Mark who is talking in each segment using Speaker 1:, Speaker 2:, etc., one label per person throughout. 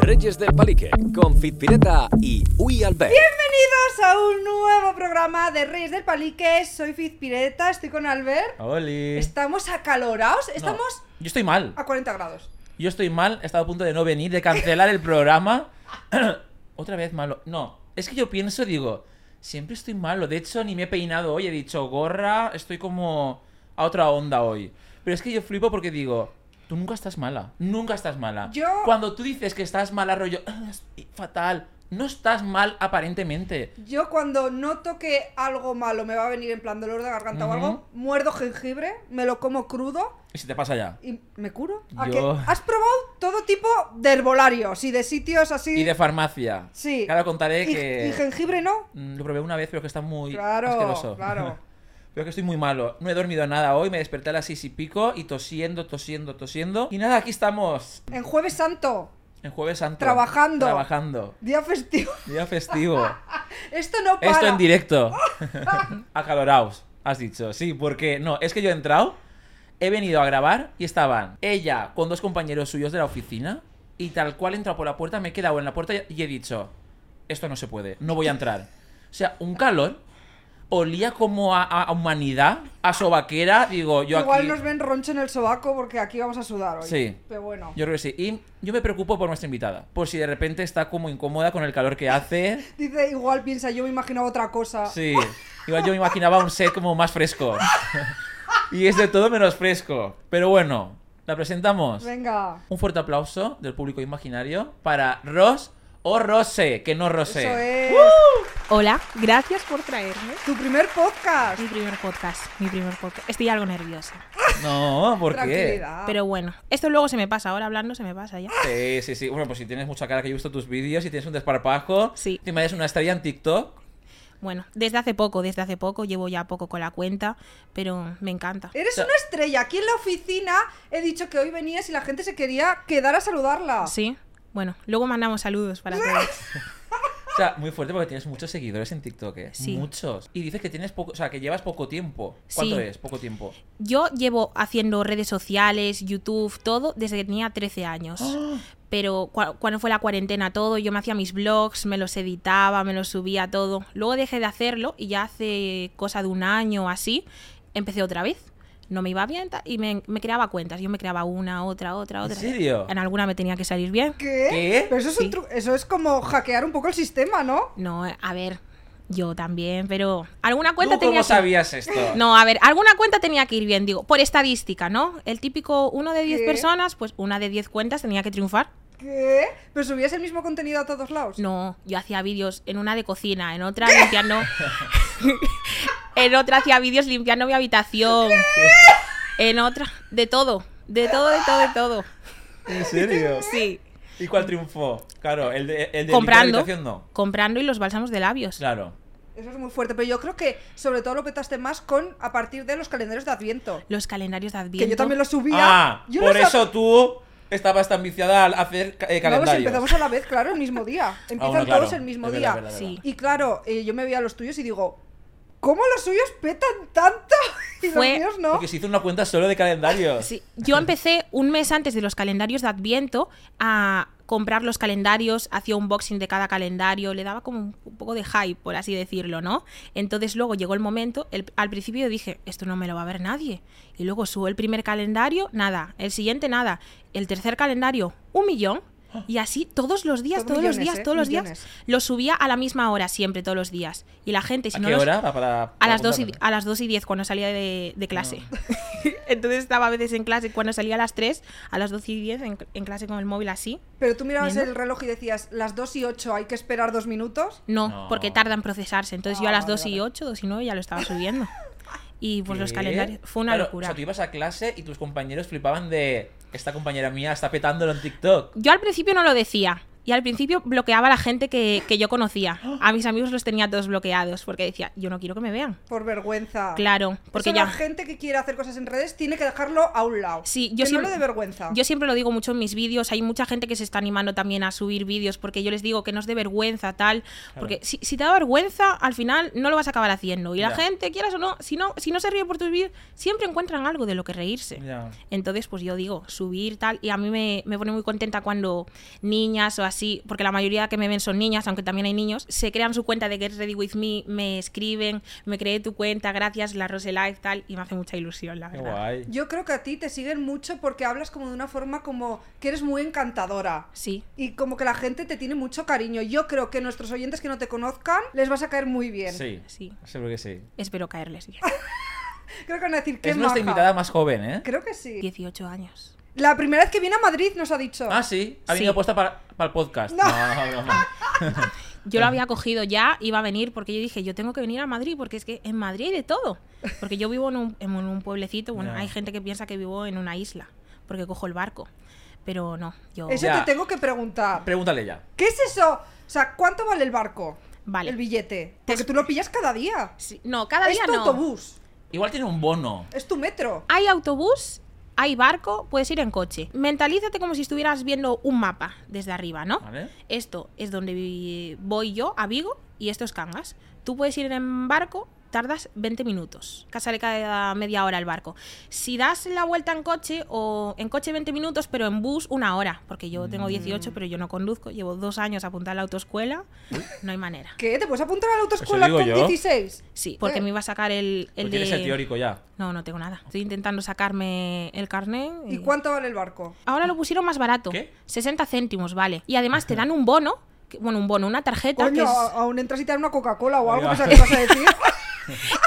Speaker 1: Reyes del Palique, con Fitpireta y Uy Albert.
Speaker 2: Bienvenidos a un nuevo programa de Reyes del Palique. Soy Fitpireta, estoy con Albert.
Speaker 3: Oli.
Speaker 2: Estamos acalorados,
Speaker 3: No,
Speaker 2: estamos
Speaker 3: Yo estoy mal.
Speaker 2: a 40 grados.
Speaker 3: Yo estoy mal. He estado a punto de no venir, de cancelar el programa. Otra vez malo. No. Es que yo pienso, digo, siempre estoy malo. De hecho, ni me he peinado hoy. He dicho, gorra, estoy como a otra onda hoy. Pero es que yo flipo porque digo, tú nunca estás mala. Nunca estás mala.
Speaker 2: Yo-
Speaker 3: Cuando tú dices que estás mala, rollo, "Ah, estoy fatal. No estás mal aparentemente.
Speaker 2: Yo cuando noto que algo malo me va a venir en plan dolor de garganta o
Speaker 3: Ujú.
Speaker 2: algo, muerdo jengibre, me lo como crudo
Speaker 3: Y si te pasa ya.
Speaker 2: y me curo. ¿A
Speaker 3: Yo-
Speaker 2: que Has probado todo tipo de herbolarios y de sitios así.
Speaker 3: Y de farmacia.
Speaker 2: Sí.
Speaker 3: Ahora contaré
Speaker 2: Y-
Speaker 3: que...
Speaker 2: y jengibre no.
Speaker 3: Mm, Lo probé una vez, pero que está muy
Speaker 2: Claro,
Speaker 3: asqueroso.
Speaker 2: claro.
Speaker 3: Pero que estoy muy malo. No he dormido nada hoy, me desperté a las seis y pico y tosiendo, tosiendo, tosiendo. Y nada, aquí estamos.
Speaker 2: En Jueves Santo,
Speaker 3: En Jueves Santo.
Speaker 2: Trabajando.
Speaker 3: Trabajando.
Speaker 2: día festivo.
Speaker 3: Día festivo.
Speaker 2: Esto no para.
Speaker 3: Esto en directo. Acaloraos, has dicho. Sí, porque no, es que yo he entrado, he venido a grabar y estaban ella con dos compañeros suyos de la oficina y tal cual he entrado por la puerta, me he quedado en la puerta y he dicho, esto no se puede, no voy a entrar. O sea, un calor, olía como a, a- a humanidad, a sobaquera, digo, yo
Speaker 2: Igual
Speaker 3: aquí...
Speaker 2: nos ven roncho en el sobaco porque aquí vamos a sudar hoy.
Speaker 3: Sí.
Speaker 2: Pero bueno.
Speaker 3: Yo creo que sí. Y yo me preocupo por nuestra invitada, por si de repente está como incómoda con el calor que hace.
Speaker 2: Dice, igual piensa, yo me imaginaba otra cosa.
Speaker 3: Sí, igual yo me imaginaba un set como más fresco. Y es de todo menos fresco. Pero bueno, la presentamos.
Speaker 2: Venga.
Speaker 3: Un fuerte aplauso del público imaginario para Ros o Rose, que no Rose.
Speaker 2: Eso es.
Speaker 3: ¡Uh!
Speaker 4: Hola, gracias por traerme.
Speaker 2: Tu primer podcast.
Speaker 4: Mi primer podcast, mi primer podcast. Estoy algo nerviosa.
Speaker 3: No, ¿por qué?
Speaker 2: Tranquilidad.
Speaker 4: Pero bueno, esto luego se me pasa, ahora hablando se me pasa ya.
Speaker 3: Sí, sí, sí. Bueno, pues si tienes mucha cara que yo he visto tus vídeos y tienes un desparpajo,
Speaker 4: Sí.
Speaker 3: te imaginas una estrella en TikTok.
Speaker 4: Bueno, desde hace poco, desde hace poco, llevo ya poco con la cuenta, pero me encanta.
Speaker 2: Eres una estrella. Aquí en la oficina he dicho que hoy venías y la gente se quería quedar a saludarla.
Speaker 4: Sí, bueno, luego mandamos saludos para todos.
Speaker 3: O sea, muy fuerte porque tienes muchos seguidores en TikTok, ¿eh?
Speaker 4: Sí.
Speaker 3: Muchos. Y dices que tienes poco, o sea, que llevas poco tiempo. ¿Cuánto
Speaker 4: Sí.
Speaker 3: es? Poco tiempo.
Speaker 4: Yo llevo haciendo redes sociales, YouTube, todo, desde que tenía 13 años.
Speaker 3: ¡Ah!
Speaker 4: Pero cua- cuando fue la cuarentena todo, yo me hacía mis blogs, me los editaba, me los subía todo. Luego dejé de hacerlo y ya hace cosa de un año o así, empecé otra vez. No me iba bien ta- y me, me creaba cuentas. Yo me creaba una, otra, otra,
Speaker 3: ¿En
Speaker 4: otra.
Speaker 3: serio?
Speaker 4: En alguna me tenía que salir bien.
Speaker 2: ¿Qué?
Speaker 3: ¿Qué?
Speaker 2: Pero eso es, un
Speaker 4: Sí.
Speaker 2: tru- eso es como hackear un poco el sistema, ¿no?
Speaker 4: No, eh, a ver, yo también, pero alguna cuenta
Speaker 3: ¿Tú
Speaker 4: tenía
Speaker 3: cómo
Speaker 4: que-
Speaker 3: sabías esto?
Speaker 4: No, a ver, alguna cuenta tenía que ir bien, digo, por estadística, ¿no? El típico uno de diez
Speaker 2: ¿Qué?
Speaker 4: personas, pues una de diez cuentas tenía que triunfar.
Speaker 2: ¿Qué? ¿Pero subías el mismo contenido a todos lados?
Speaker 4: No, yo hacía vídeos en una de cocina, en otra limpiando. en otra hacía vídeos limpiando mi habitación. En otra, de todo, de todo, de todo, de todo.
Speaker 3: ¿En serio?
Speaker 4: Sí,
Speaker 3: ¿Y cuál triunfó? Claro, el de, el de
Speaker 4: comprando,
Speaker 3: limpiar la habitación no.
Speaker 4: comprando y los bálsamos de labios.
Speaker 3: Claro.
Speaker 2: Eso es muy fuerte. Pero yo creo que sobre todo lo petaste más con a partir de los calendarios de Adviento.
Speaker 4: Los calendarios de adviento.
Speaker 2: Que yo también los subía.
Speaker 3: Ah,
Speaker 2: Yo
Speaker 3: por
Speaker 2: los-
Speaker 3: eso tú estabas tan viciada al hacer eh,
Speaker 2: No, los
Speaker 3: calendarios.
Speaker 2: empezamos a la vez, claro, el mismo día. Empiezan
Speaker 3: bueno, claro.
Speaker 2: todos el mismo
Speaker 3: Es
Speaker 2: día.
Speaker 3: verdad, es verdad,
Speaker 4: es verdad.
Speaker 2: Y claro, eh, yo me veía los tuyos y digo, ¿cómo los suyos petan tanto? Y
Speaker 4: Fue-
Speaker 2: los míos no.
Speaker 3: Porque se hizo una cuenta solo de calendarios.
Speaker 4: Sí, yo empecé un mes antes de los calendarios de Adviento a comprar los calendarios, hacía un boxing de cada calendario, le daba como un, un poco de hype, por así decirlo, ¿no? Entonces luego llegó el momento, el- al principio yo dije, esto no me lo va a ver nadie. Y luego subo el primer calendario, nada, el siguiente, nada, el tercer calendario, un millón.
Speaker 3: Ah.
Speaker 4: Y así todos los días,
Speaker 2: Todo
Speaker 4: todos los
Speaker 2: millones,
Speaker 4: días,
Speaker 2: ¿eh?
Speaker 4: todos los
Speaker 2: Millones.
Speaker 4: días, lo subía a la misma hora siempre, todos los días. Y la gente, si
Speaker 3: ¿A
Speaker 4: no
Speaker 3: qué
Speaker 4: los-
Speaker 3: hora? Ah, Para, para-
Speaker 4: a
Speaker 3: para
Speaker 4: las, 2 y, Ah,
Speaker 3: apuntarme.
Speaker 4: a las 2 y 10 cuando salía de, de clase. Entonces estaba a veces en clase, cuando salía a las 3, a las 12 y 10 en, en clase con el móvil así.
Speaker 2: Pero tú mirabas
Speaker 4: Viendo.
Speaker 2: el reloj y decías, las 2 y 8, hay que esperar dos minutos.
Speaker 4: No,
Speaker 3: No.
Speaker 4: porque tarda en procesarse. Entonces yo
Speaker 2: Ah,
Speaker 4: a las
Speaker 2: vale,
Speaker 4: 2 y 8, 2 y 9 ya lo estaba subiendo. Y pues los
Speaker 3: ¿Qué?
Speaker 4: calendarios. Fue una
Speaker 3: Claro,
Speaker 4: locura.
Speaker 3: O sea, tú ibas a clase y tus compañeros flipaban de. Esta compañera mía está petándolo en TikTok.
Speaker 4: Yo al principio no lo decía. Y al principio bloqueaba a la gente que, que yo conocía. A mis amigos los tenía todos bloqueados porque decía, yo no quiero que me vean.
Speaker 2: Por vergüenza.
Speaker 4: Claro, porque
Speaker 2: Ah. Eso
Speaker 4: ya...
Speaker 2: la gente que quiere hacer cosas en redes tiene que dejarlo a un lado.
Speaker 4: Sí, yo
Speaker 2: que no
Speaker 4: siempre-
Speaker 2: le dé vergüenza.
Speaker 4: Yo siempre lo digo mucho en mis vídeos, hay mucha gente que se está animando también a subir vídeos porque yo les digo que no es de vergüenza tal, porque si, si te da vergüenza, al final no lo vas a acabar haciendo. Y la
Speaker 3: Ya.
Speaker 4: gente, quieras o no, si no, si no se ríe por tus vídeos, siempre encuentran algo de lo que reírse.
Speaker 3: Ya.
Speaker 4: Entonces, pues yo digo, subir tal, y a mí me, me pone muy contenta cuando niñas o así, porque la mayoría que me ven son niñas, aunque también hay niños, se crean su cuenta de Get Ready With Me, me escriben, me creé tu cuenta, gracias, la Rose Life, tal, y me hace mucha ilusión, la
Speaker 3: Qué
Speaker 4: verdad.
Speaker 3: guay.
Speaker 2: Yo creo que a ti te siguen mucho porque hablas como de una forma como que eres muy encantadora.
Speaker 4: Sí,
Speaker 2: Y como que la gente te tiene mucho cariño. Yo creo que nuestros oyentes que no te conozcan les vas a caer muy bien.
Speaker 3: Sí.
Speaker 4: Sí.
Speaker 3: Seguro que sí.
Speaker 4: espero caerles bien.
Speaker 2: Creo que van a decir que
Speaker 3: Es nuestra invitada más joven, ¿eh?
Speaker 2: Creo que sí.
Speaker 4: 18 años.
Speaker 2: La primera vez que viene a Madrid nos ha dicho.
Speaker 3: Ah, sí. Ha venido
Speaker 4: Sí.
Speaker 3: puesta para, para el podcast.
Speaker 2: No.
Speaker 3: no, no, no.
Speaker 4: Yo
Speaker 2: Ah.
Speaker 4: lo había cogido ya, iba a venir porque yo dije, yo tengo que venir a Madrid porque es que en Madrid hay de todo. Porque yo vivo en un, en un pueblecito, bueno,
Speaker 3: Ya.
Speaker 4: hay gente que piensa que vivo en una isla porque cojo el barco. Pero no, yo...
Speaker 2: Eso
Speaker 3: Ya.
Speaker 2: te tengo que preguntar.
Speaker 3: Pregúntale ya.
Speaker 2: ¿Qué es eso? O sea, ¿cuánto vale el barco?
Speaker 4: Vale.
Speaker 2: El billete. Porque tú lo pillas cada día.
Speaker 4: Sí, no, cada
Speaker 2: es
Speaker 4: día
Speaker 2: tu
Speaker 4: no. Ah.
Speaker 2: autobús.
Speaker 3: Igual tiene un bono.
Speaker 2: Es tu metro.
Speaker 4: Hay autobús, hay barco, puedes ir en coche. Mentalízate como si estuvieras viendo un mapa desde arriba, ¿no?
Speaker 3: Vale.
Speaker 4: Esto es donde vi- voy yo, a Vigo, y esto es Cangas. Tú puedes ir en barco, tardas 20 minutos. Ca- Sale cada media hora el barco. Si das la vuelta en coche, o en coche 20 minutos, pero en bus una hora, porque yo tengo 18, pero yo no conduzco. Llevo dos años apuntada a la autoescuela. No hay manera.
Speaker 2: ¿Qué? ¿Te puedes apuntar a la autoescuela
Speaker 3: Pues digo
Speaker 2: con
Speaker 3: yo.
Speaker 2: 16?
Speaker 4: Sí, porque
Speaker 2: Eh.
Speaker 4: me iba a sacar el,
Speaker 3: Pues
Speaker 4: el
Speaker 3: tienes el
Speaker 4: de...
Speaker 3: teórico ya.
Speaker 4: No, no tengo nada. Estoy intentando sacarme el carnet.
Speaker 2: ¿Y cuánto vale el barco?
Speaker 4: Ahora lo pusieron más barato.
Speaker 3: ¿Qué?
Speaker 4: 60 céntimos, vale. Y además te dan un bono, que- bueno, un bono, una tarjeta que
Speaker 2: Coño,
Speaker 4: es,
Speaker 2: a- aún entras y te dan una Coca-Cola o algo,
Speaker 3: Ahí va.
Speaker 2: pensaba que ibas a decir.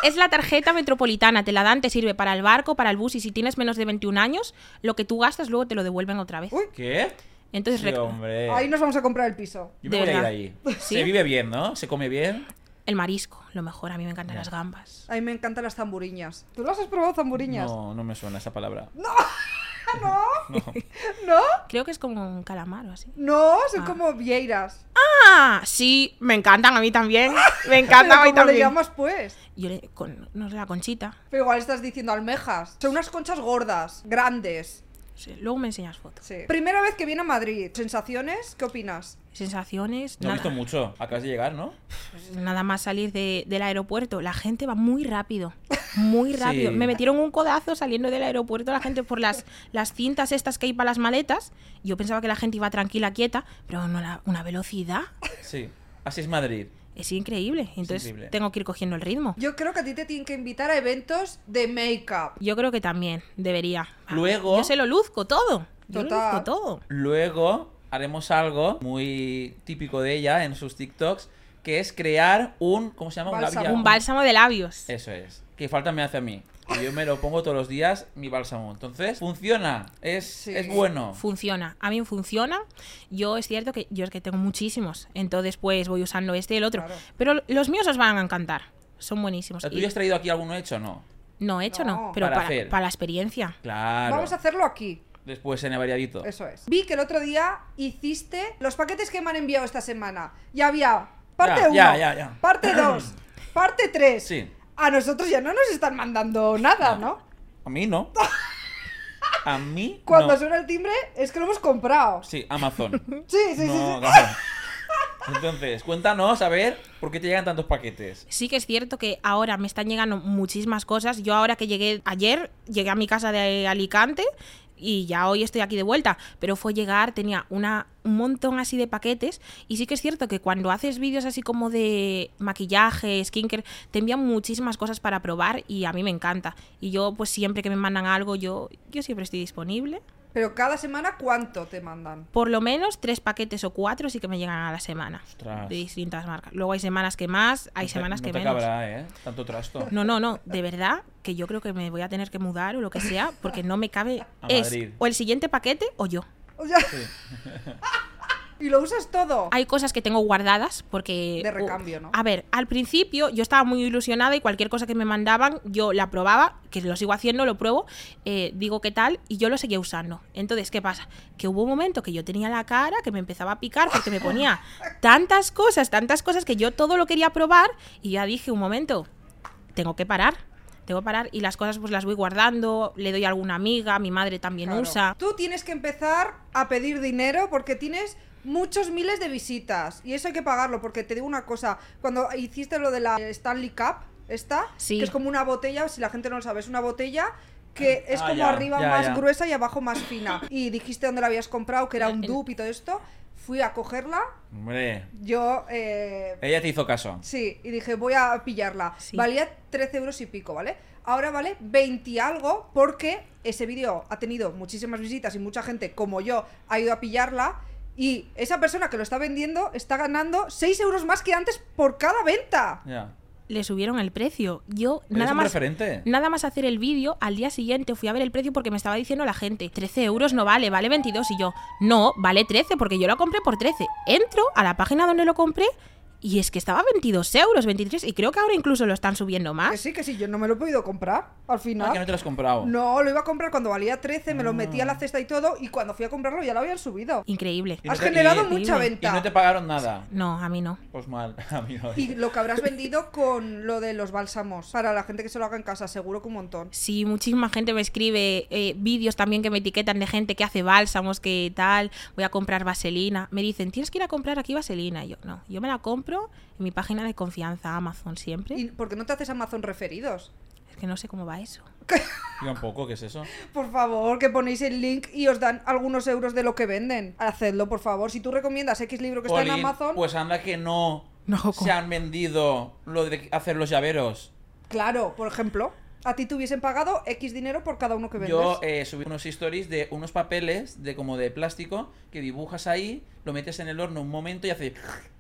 Speaker 4: es la tarjeta metropolitana, te la dan, te sirve para el barco, para el bus y si tienes menos de 21 años, lo que tú gastas luego te lo devuelven otra vez.
Speaker 2: Uy,
Speaker 3: ¿Qué?
Speaker 4: Entonces,
Speaker 3: Sí,
Speaker 4: rec-
Speaker 3: hombre.
Speaker 2: Ahí nos vamos a comprar el piso.
Speaker 3: Yo me
Speaker 4: De
Speaker 3: voy a ir
Speaker 4: verdad.
Speaker 3: ahí.
Speaker 4: ¿Sí?
Speaker 3: Se vive bien, ¿no? Se come bien.
Speaker 4: el marisco, lo mejor, a mí me encantan las gambas.
Speaker 2: A mí me encantan las zamburiñas. ¿Tú las has probado zamburiñas?
Speaker 3: No, no me suena esa palabra.
Speaker 2: ¿No?
Speaker 4: Creo que es como un calamar o así.
Speaker 2: No, son
Speaker 4: Ah.
Speaker 2: como vieiras.
Speaker 4: Ah, sí, me encantan a mí también. Me
Speaker 2: Pero
Speaker 4: encantan a
Speaker 2: ¿Cómo
Speaker 4: mí
Speaker 2: le
Speaker 4: también.
Speaker 2: llamas pues?
Speaker 4: Yo le- con, no sé, la conchita.
Speaker 2: Pero igual estás diciendo almejas. Son unas conchas gordas, grandes.
Speaker 4: Sí, luego me enseñas fotos.
Speaker 2: Sí. Primera vez que viene a Madrid. ¿Sensaciones? ¿Qué opinas?
Speaker 4: Sensaciones,
Speaker 3: No he
Speaker 4: nada.
Speaker 3: visto mucho. Acabas de llegar, ¿no?
Speaker 4: nada más salir de- del aeropuerto, la gente va muy rápido, muy
Speaker 3: Sí.
Speaker 4: rápido. Me metieron un codazo saliendo del aeropuerto la gente por las, las cintas estas que hay para las maletas. Yo pensaba que la gente iba tranquila, quieta, pero no la- una velocidad
Speaker 3: Sí. Así es Madrid.
Speaker 4: es increíble. Entonces
Speaker 3: increíble.
Speaker 4: tengo que ir cogiendo el ritmo.
Speaker 2: Yo creo que a ti te tienen que invitar a eventos de make-up.
Speaker 4: Yo creo que también debería.
Speaker 3: Luego-
Speaker 4: Yo se lo luzco todo. Yo lo
Speaker 2: Total.
Speaker 4: luzco todo.
Speaker 3: Luego haremos algo muy típico de ella en sus TikToks, que es crear un. ¿Cómo se llama?
Speaker 2: Bálsamo.
Speaker 3: labial.
Speaker 4: Un bálsamo de labios.
Speaker 3: Eso es. Que falta me hace a mí. Y yo me lo pongo todos los días, mi bálsamo. Entonces, funciona. Es,
Speaker 2: Sí.
Speaker 3: es bueno.
Speaker 4: Funciona, a mí funciona. Yo es cierto que yo es que tengo muchísimos, entonces pues voy usando este y el otro.
Speaker 2: Claro.
Speaker 4: Pero los míos os van a encantar, son buenísimos.
Speaker 3: ¿Tú
Speaker 4: Y-
Speaker 3: ya has traído aquí alguno hecho o no?
Speaker 4: No, he hecho no,
Speaker 2: No.
Speaker 4: pero
Speaker 3: Para
Speaker 4: para,
Speaker 3: hacer.
Speaker 4: para la experiencia.
Speaker 3: Claro.
Speaker 2: Vamos a hacerlo aquí.
Speaker 3: Después en el variadito.
Speaker 2: Eso es. Vi que el otro día hiciste los paquetes que me han enviado esta semana. Ya había parte
Speaker 3: Ya,
Speaker 2: 1,
Speaker 3: ya, ya, ya.
Speaker 2: parte 2, parte 3.
Speaker 3: Sí.
Speaker 2: A nosotros ya no nos están mandando nada, ¿no?
Speaker 3: A mí no. A mí
Speaker 2: Cuando
Speaker 3: no.
Speaker 2: suena el timbre es que lo hemos comprado. Sí,
Speaker 3: Sí, Amazon.
Speaker 2: sí, sí.
Speaker 3: no,
Speaker 2: sí.
Speaker 3: claro. Entonces, cuéntanos, a ver, ¿por qué te llegan tantos paquetes?
Speaker 4: Sí que es cierto que ahora me están llegando muchísimas cosas. Yo ahora que llegué ayer, llegué a mi casa de Alicante y ya hoy estoy aquí de vuelta. Pero fue llegar, tenía una, un montón así de paquetes. Y sí que es cierto que cuando haces vídeos así como de maquillaje, skincare, te envían muchísimas cosas para probar y a mí me encanta. Y yo pues siempre que me mandan algo, yo, yo siempre estoy disponible.
Speaker 2: Pero cada semana, ¿cuánto te mandan?
Speaker 4: por lo menos tres paquetes o cuatro sí que me llegan a la semana
Speaker 3: Ostras.
Speaker 4: de distintas marcas. Luego hay semanas que más, hay
Speaker 3: No te-
Speaker 4: semanas
Speaker 3: no
Speaker 4: que
Speaker 3: te
Speaker 4: menos.
Speaker 3: cabrá, ¿eh? Tanto trasto.
Speaker 4: No, no, no, de verdad que yo creo que me voy a tener que mudar o lo que sea porque no me cabe
Speaker 3: A
Speaker 4: es
Speaker 3: Madrid.
Speaker 4: o el siguiente paquete o yo.
Speaker 2: O sea, Y lo usas todo.
Speaker 4: Hay cosas que tengo guardadas porque... uh,
Speaker 2: De recambio, ¿no?
Speaker 4: A ver, al principio yo estaba muy ilusionada y cualquier cosa que me mandaban yo la probaba, que lo sigo haciendo, lo pruebo, eh, digo qué tal y yo lo seguía usando. Entonces, ¿qué pasa? Que hubo un momento que yo tenía la cara que me empezaba a picar porque me ponía tantas cosas, tantas cosas que yo todo lo quería probar y ya dije un momento, tengo que parar. Tengo que parar y las cosas pues las voy guardando, le doy a alguna amiga, mi madre también
Speaker 2: Claro.
Speaker 4: usa.
Speaker 2: Tú tienes que empezar a pedir dinero porque tienes muchos miles de visitas. Y eso hay que pagarlo, porque te digo una cosa, cuando hiciste lo de la Stanley Cup, esta,
Speaker 4: Sí.
Speaker 2: que es como una botella, si la gente no lo sabe, es una botella que es
Speaker 3: Ah,
Speaker 2: como
Speaker 3: ya,
Speaker 2: arriba
Speaker 3: ya,
Speaker 2: más
Speaker 3: ya.
Speaker 2: gruesa y abajo más fina. Y dijiste dónde la habías comprado, que era un dupe y todo esto. Fui a cogerla,
Speaker 3: Hombre,
Speaker 2: yo... eh,
Speaker 3: ella te hizo caso.
Speaker 2: Sí, y dije, voy a pillarla.
Speaker 4: Sí.
Speaker 2: Valía 13 euros y pico, ¿vale? Ahora vale 20 y algo porque ese vídeo ha tenido muchísimas visitas y mucha gente como yo ha ido a pillarla. Y esa persona que lo está vendiendo está ganando 6 euros más que antes por cada venta.
Speaker 3: Ya.
Speaker 4: Le subieron el precio. Yo
Speaker 3: Eres
Speaker 4: nada
Speaker 3: un
Speaker 4: más...
Speaker 3: referente.
Speaker 4: Nada más hacer el vídeo, al día siguiente fui a ver el precio porque me estaba diciendo la gente, 13 euros no vale, vale 22. Y yo, no, vale 13 porque yo lo compré por 13. Entro a la página donde lo compré y es que estaba 22 euros, 23. Y creo que ahora incluso lo están subiendo
Speaker 2: Que
Speaker 4: más.
Speaker 2: sí, que sí, yo no me lo he podido comprar al
Speaker 3: Ah, que no
Speaker 2: final.
Speaker 3: te lo Ah. has comprado.
Speaker 2: No, lo iba a comprar cuando valía 13, me lo metí a la cesta y todo. Y cuando fui a comprarlo ya lo habían subido.
Speaker 4: Increíble.
Speaker 3: Y no
Speaker 2: Has
Speaker 3: te-
Speaker 2: generado
Speaker 3: y-
Speaker 2: mucha
Speaker 4: y- y
Speaker 3: Y
Speaker 2: venta.
Speaker 3: no te pagaron nada.
Speaker 4: No, a mí no.
Speaker 3: Pues mal, amigo.
Speaker 2: Y lo que habrás vendido con lo de los bálsamos. Para la gente que se lo haga en casa, seguro que un montón.
Speaker 4: Sí, muchísima gente me escribe eh, vídeos también que me etiquetan de gente que hace bálsamos, que tal, voy a comprar vaselina. Me dicen, tienes que ir a comprar aquí vaselina. Y yo, no, yo me la compro en mi página de confianza, Amazon siempre.
Speaker 2: ¿Y por qué no te haces Amazon referidos?
Speaker 4: Es que no sé cómo va eso.
Speaker 3: Yo un poco, ¿qué es eso?
Speaker 2: Por favor, que ponéis el link y os dan algunos euros de lo que venden. Hacedlo, por favor. Si tú recomiendas X libro que está en
Speaker 3: Jolín,
Speaker 2: Amazon,
Speaker 3: Pues anda que no,
Speaker 4: No,
Speaker 3: se han vendido lo de hacer los llaveros.
Speaker 2: claro, por ejemplo, a ti te hubiesen pagado X dinero por cada uno que vendes.
Speaker 3: Yo eh, subí unos stories de unos papeles de como de plástico que dibujas ahí, lo metes en el horno un momento y hace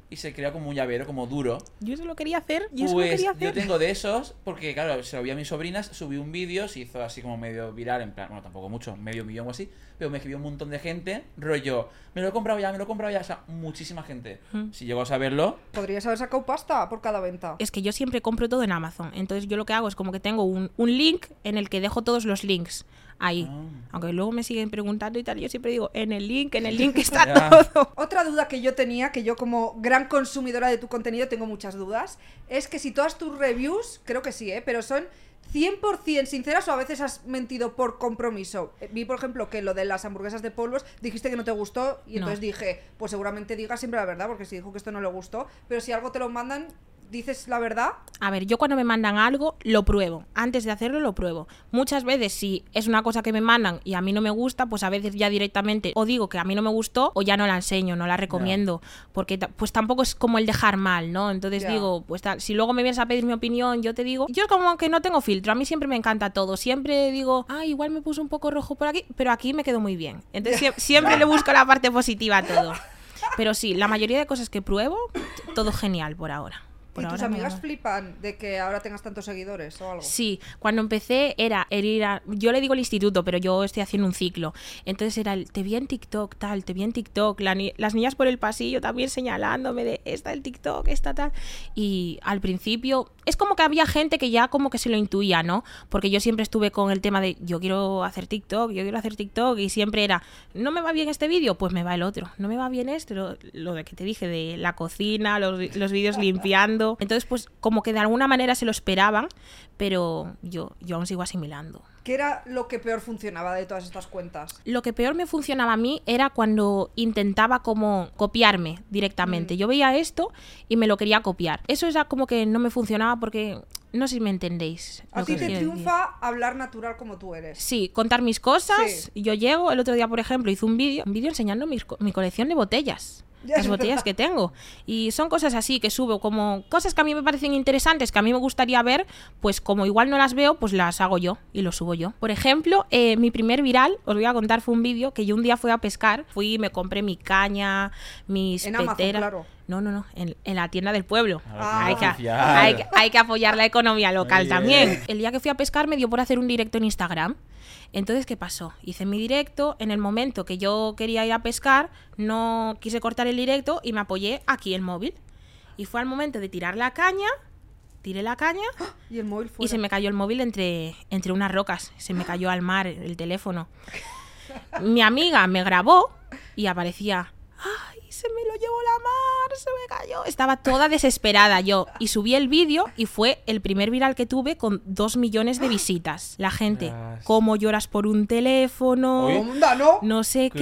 Speaker 3: y se crea como un llavero, como duro.
Speaker 4: Yo eso lo quería hacer, yo eso lo
Speaker 3: Pues
Speaker 4: quería
Speaker 3: yo
Speaker 4: hacer.
Speaker 3: tengo de esos, porque claro, se lo vi a mis sobrinas, subí un vídeo, se hizo así como medio viral, en plan, bueno, tampoco mucho, medio millón o así, pero me escribió un montón de gente, rollo, me lo he comprado ya, me lo he comprado ya, o sea, muchísima gente. Si llego a saberlo,
Speaker 2: Podrías haber sacado pasta por cada venta.
Speaker 4: Es que yo siempre compro todo en Amazon. Entonces yo lo que hago es como que tengo un, un link en el que dejo todos los links ahí.
Speaker 3: Ah.
Speaker 4: Aunque luego me siguen preguntando y tal, yo siempre digo, en el link, en el link está
Speaker 3: Ya.
Speaker 4: todo.
Speaker 2: Otra duda que yo tenía, que yo como gran consumidora de tu contenido tengo muchas dudas, es que si todas tus reviews, creo que sí, ¿eh? pero son 100% sinceras o a veces has mentido por compromiso. Eh, Vi, por ejemplo, que lo de las hamburguesas de polvos, dijiste que no te gustó y
Speaker 4: No.
Speaker 2: entonces dije, pues seguramente diga siempre la verdad, porque si dijo que esto no le gustó, pero si algo te lo mandan, dices la verdad.
Speaker 4: A ver, yo cuando me mandan algo, lo pruebo. Antes de hacerlo, lo pruebo. Muchas veces, si es una cosa que me mandan y a mí no me gusta, pues a veces ya directamente o digo que a mí no me gustó o ya no la enseño, no la recomiendo. Porque ta- pues tampoco es como el dejar mal, ¿no? Entonces
Speaker 2: Ya.
Speaker 4: digo, pues tal, si luego me vienes a pedir mi opinión, yo te digo. Yo es como que no tengo filtro. A mí siempre me encanta todo. Siempre digo, ah, igual me puse un poco rojo por aquí, pero aquí me quedó muy bien. Entonces sie- siempre le busco la parte positiva a todo. Pero sí, la mayoría de cosas que pruebo, t- todo genial por ahora. Por
Speaker 2: y tus
Speaker 4: ahora me
Speaker 2: amigas
Speaker 4: va.
Speaker 2: flipan de que ahora tengas tantos seguidores o algo.
Speaker 4: Sí, cuando empecé era el ir a- Yo le digo el instituto, pero yo estoy haciendo un ciclo. Entonces era el te vi en TikTok, tal, te vi en TikTok. la ni- las niñas por el pasillo también señalándome de esta el TikTok, esta tal. Y al principio es como que había gente que ya como que se lo intuía, ¿no? Porque yo siempre estuve con el tema de yo quiero hacer TikTok, yo quiero hacer TikTok. Y siempre era, no me va bien este vídeo, pues me va el otro. No me va bien este, lo, lo de que te dije de la cocina, los, vi- los vídeos limpiando. Entonces, pues como que de alguna manera se lo esperaban, pero yo, yo aún sigo asimilando.
Speaker 2: ¿Qué era lo que peor funcionaba de todas estas cuentas?
Speaker 4: Lo que peor me funcionaba a mí era cuando intentaba como copiarme directamente.
Speaker 2: Mm.
Speaker 4: Yo veía esto y me lo quería copiar. Eso era como que no me funcionaba porque no sé si me entendéis.
Speaker 2: A
Speaker 4: lo
Speaker 2: ti
Speaker 4: que
Speaker 2: te
Speaker 4: quiero decir.
Speaker 2: triunfa hablar natural como tú eres.
Speaker 4: Sí, contar mis cosas. Yo llego, el otro día, por ejemplo, hice un vídeo, un vídeo enseñando mis co- mi, colección de botellas.
Speaker 2: Ya,
Speaker 4: las
Speaker 2: es
Speaker 4: botellas
Speaker 2: verdad.
Speaker 4: que tengo. Y son cosas así que subo, como cosas que a mí me parecen interesantes, que a mí me gustaría ver, pues como igual no las veo, pues las hago yo y lo subo yo. Por ejemplo, eh, mi primer viral, os voy a contar, fue un vídeo que yo un día fui a pescar, fui, me compré mi caña, mis
Speaker 2: En Amazon,
Speaker 4: peteras.
Speaker 2: claro.
Speaker 4: No, no, no, en, en la tienda del pueblo.
Speaker 2: Ah,
Speaker 4: Hay que,
Speaker 3: oficial.
Speaker 4: hay, que- hay que apoyar la economía local
Speaker 3: Muy
Speaker 4: también.
Speaker 3: bien.
Speaker 4: El día que fui a pescar me dio por hacer un directo en Instagram. Entonces, ¿qué pasó? Hice mi directo, en el momento que yo quería ir a pescar, no quise cortar el directo y me apoyé aquí el móvil. Y fue al momento de tirar la caña, tiré la caña
Speaker 2: Y el móvil fuera.
Speaker 4: y se me cayó el móvil entre, entre unas rocas. Se me cayó al mar el teléfono. Mi amiga me grabó y aparecía. ¡Ay, se me lo llevó la mar! ¡Se me cayó! Estaba toda desesperada yo. Y subí el vídeo y fue el primer viral que tuve con dos millones de visitas. La gente,
Speaker 3: Ostras.
Speaker 4: ¿cómo lloras por un teléfono?
Speaker 3: Oye.
Speaker 2: Onda, ¿no?
Speaker 4: No sé qué.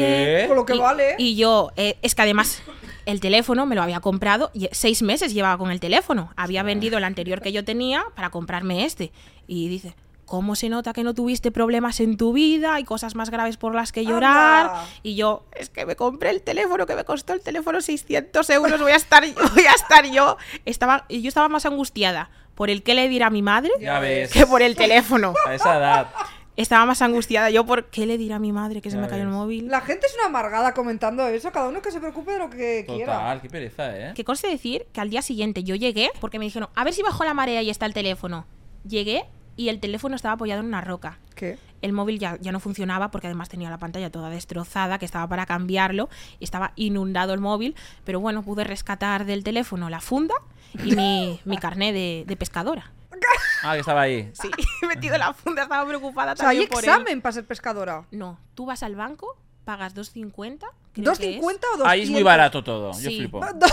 Speaker 3: ¿Qué?
Speaker 2: Con lo que
Speaker 4: y,
Speaker 2: vale.
Speaker 4: y yo, eh, es que además el teléfono me lo había comprado, y seis meses llevaba con el teléfono. Había vendido el anterior que yo tenía para comprarme este. Y dice, ¿cómo se nota que no tuviste problemas en tu vida? Hay cosas más graves por las que llorar.
Speaker 2: Anda.
Speaker 4: Y yo, es que me compré el teléfono, que me costó el teléfono 600 euros, voy a estar, voy a estar yo. Estaba, y yo estaba más angustiada por el qué le dirá a mi madre
Speaker 3: Ya ves.
Speaker 4: que por el teléfono.
Speaker 3: A esa edad.
Speaker 4: Estaba más angustiada yo por qué le dirá a mi madre que se
Speaker 3: Ya
Speaker 4: me cayó el
Speaker 3: ves.
Speaker 4: móvil.
Speaker 2: La gente es una amargada comentando eso. Cada uno que se preocupe de lo que quiera.
Speaker 3: Total, qué pereza, ¿eh?
Speaker 4: Que conste decir que al día siguiente yo llegué porque me dijeron, a ver si bajó la marea y está el teléfono. Llegué y el teléfono estaba apoyado en una roca.
Speaker 2: ¿Qué?
Speaker 4: El móvil ya, ya no funcionaba porque además tenía la pantalla toda destrozada, que estaba para cambiarlo, y estaba inundado el móvil, pero bueno, pude rescatar del teléfono la funda y mi, mi carné de, de pescadora.
Speaker 3: Ah, que estaba ahí.
Speaker 4: Sí, metido en la funda, estaba preocupada
Speaker 2: O sea, hay
Speaker 4: también por él.
Speaker 2: examen para ser pescadora.
Speaker 4: No, tú vas al banco, pagas 2.50. creo que
Speaker 2: ¿2.50
Speaker 4: es.
Speaker 2: o 200?
Speaker 3: Ahí es muy barato todo. Yo
Speaker 4: Sí.
Speaker 3: flipo.
Speaker 2: Do-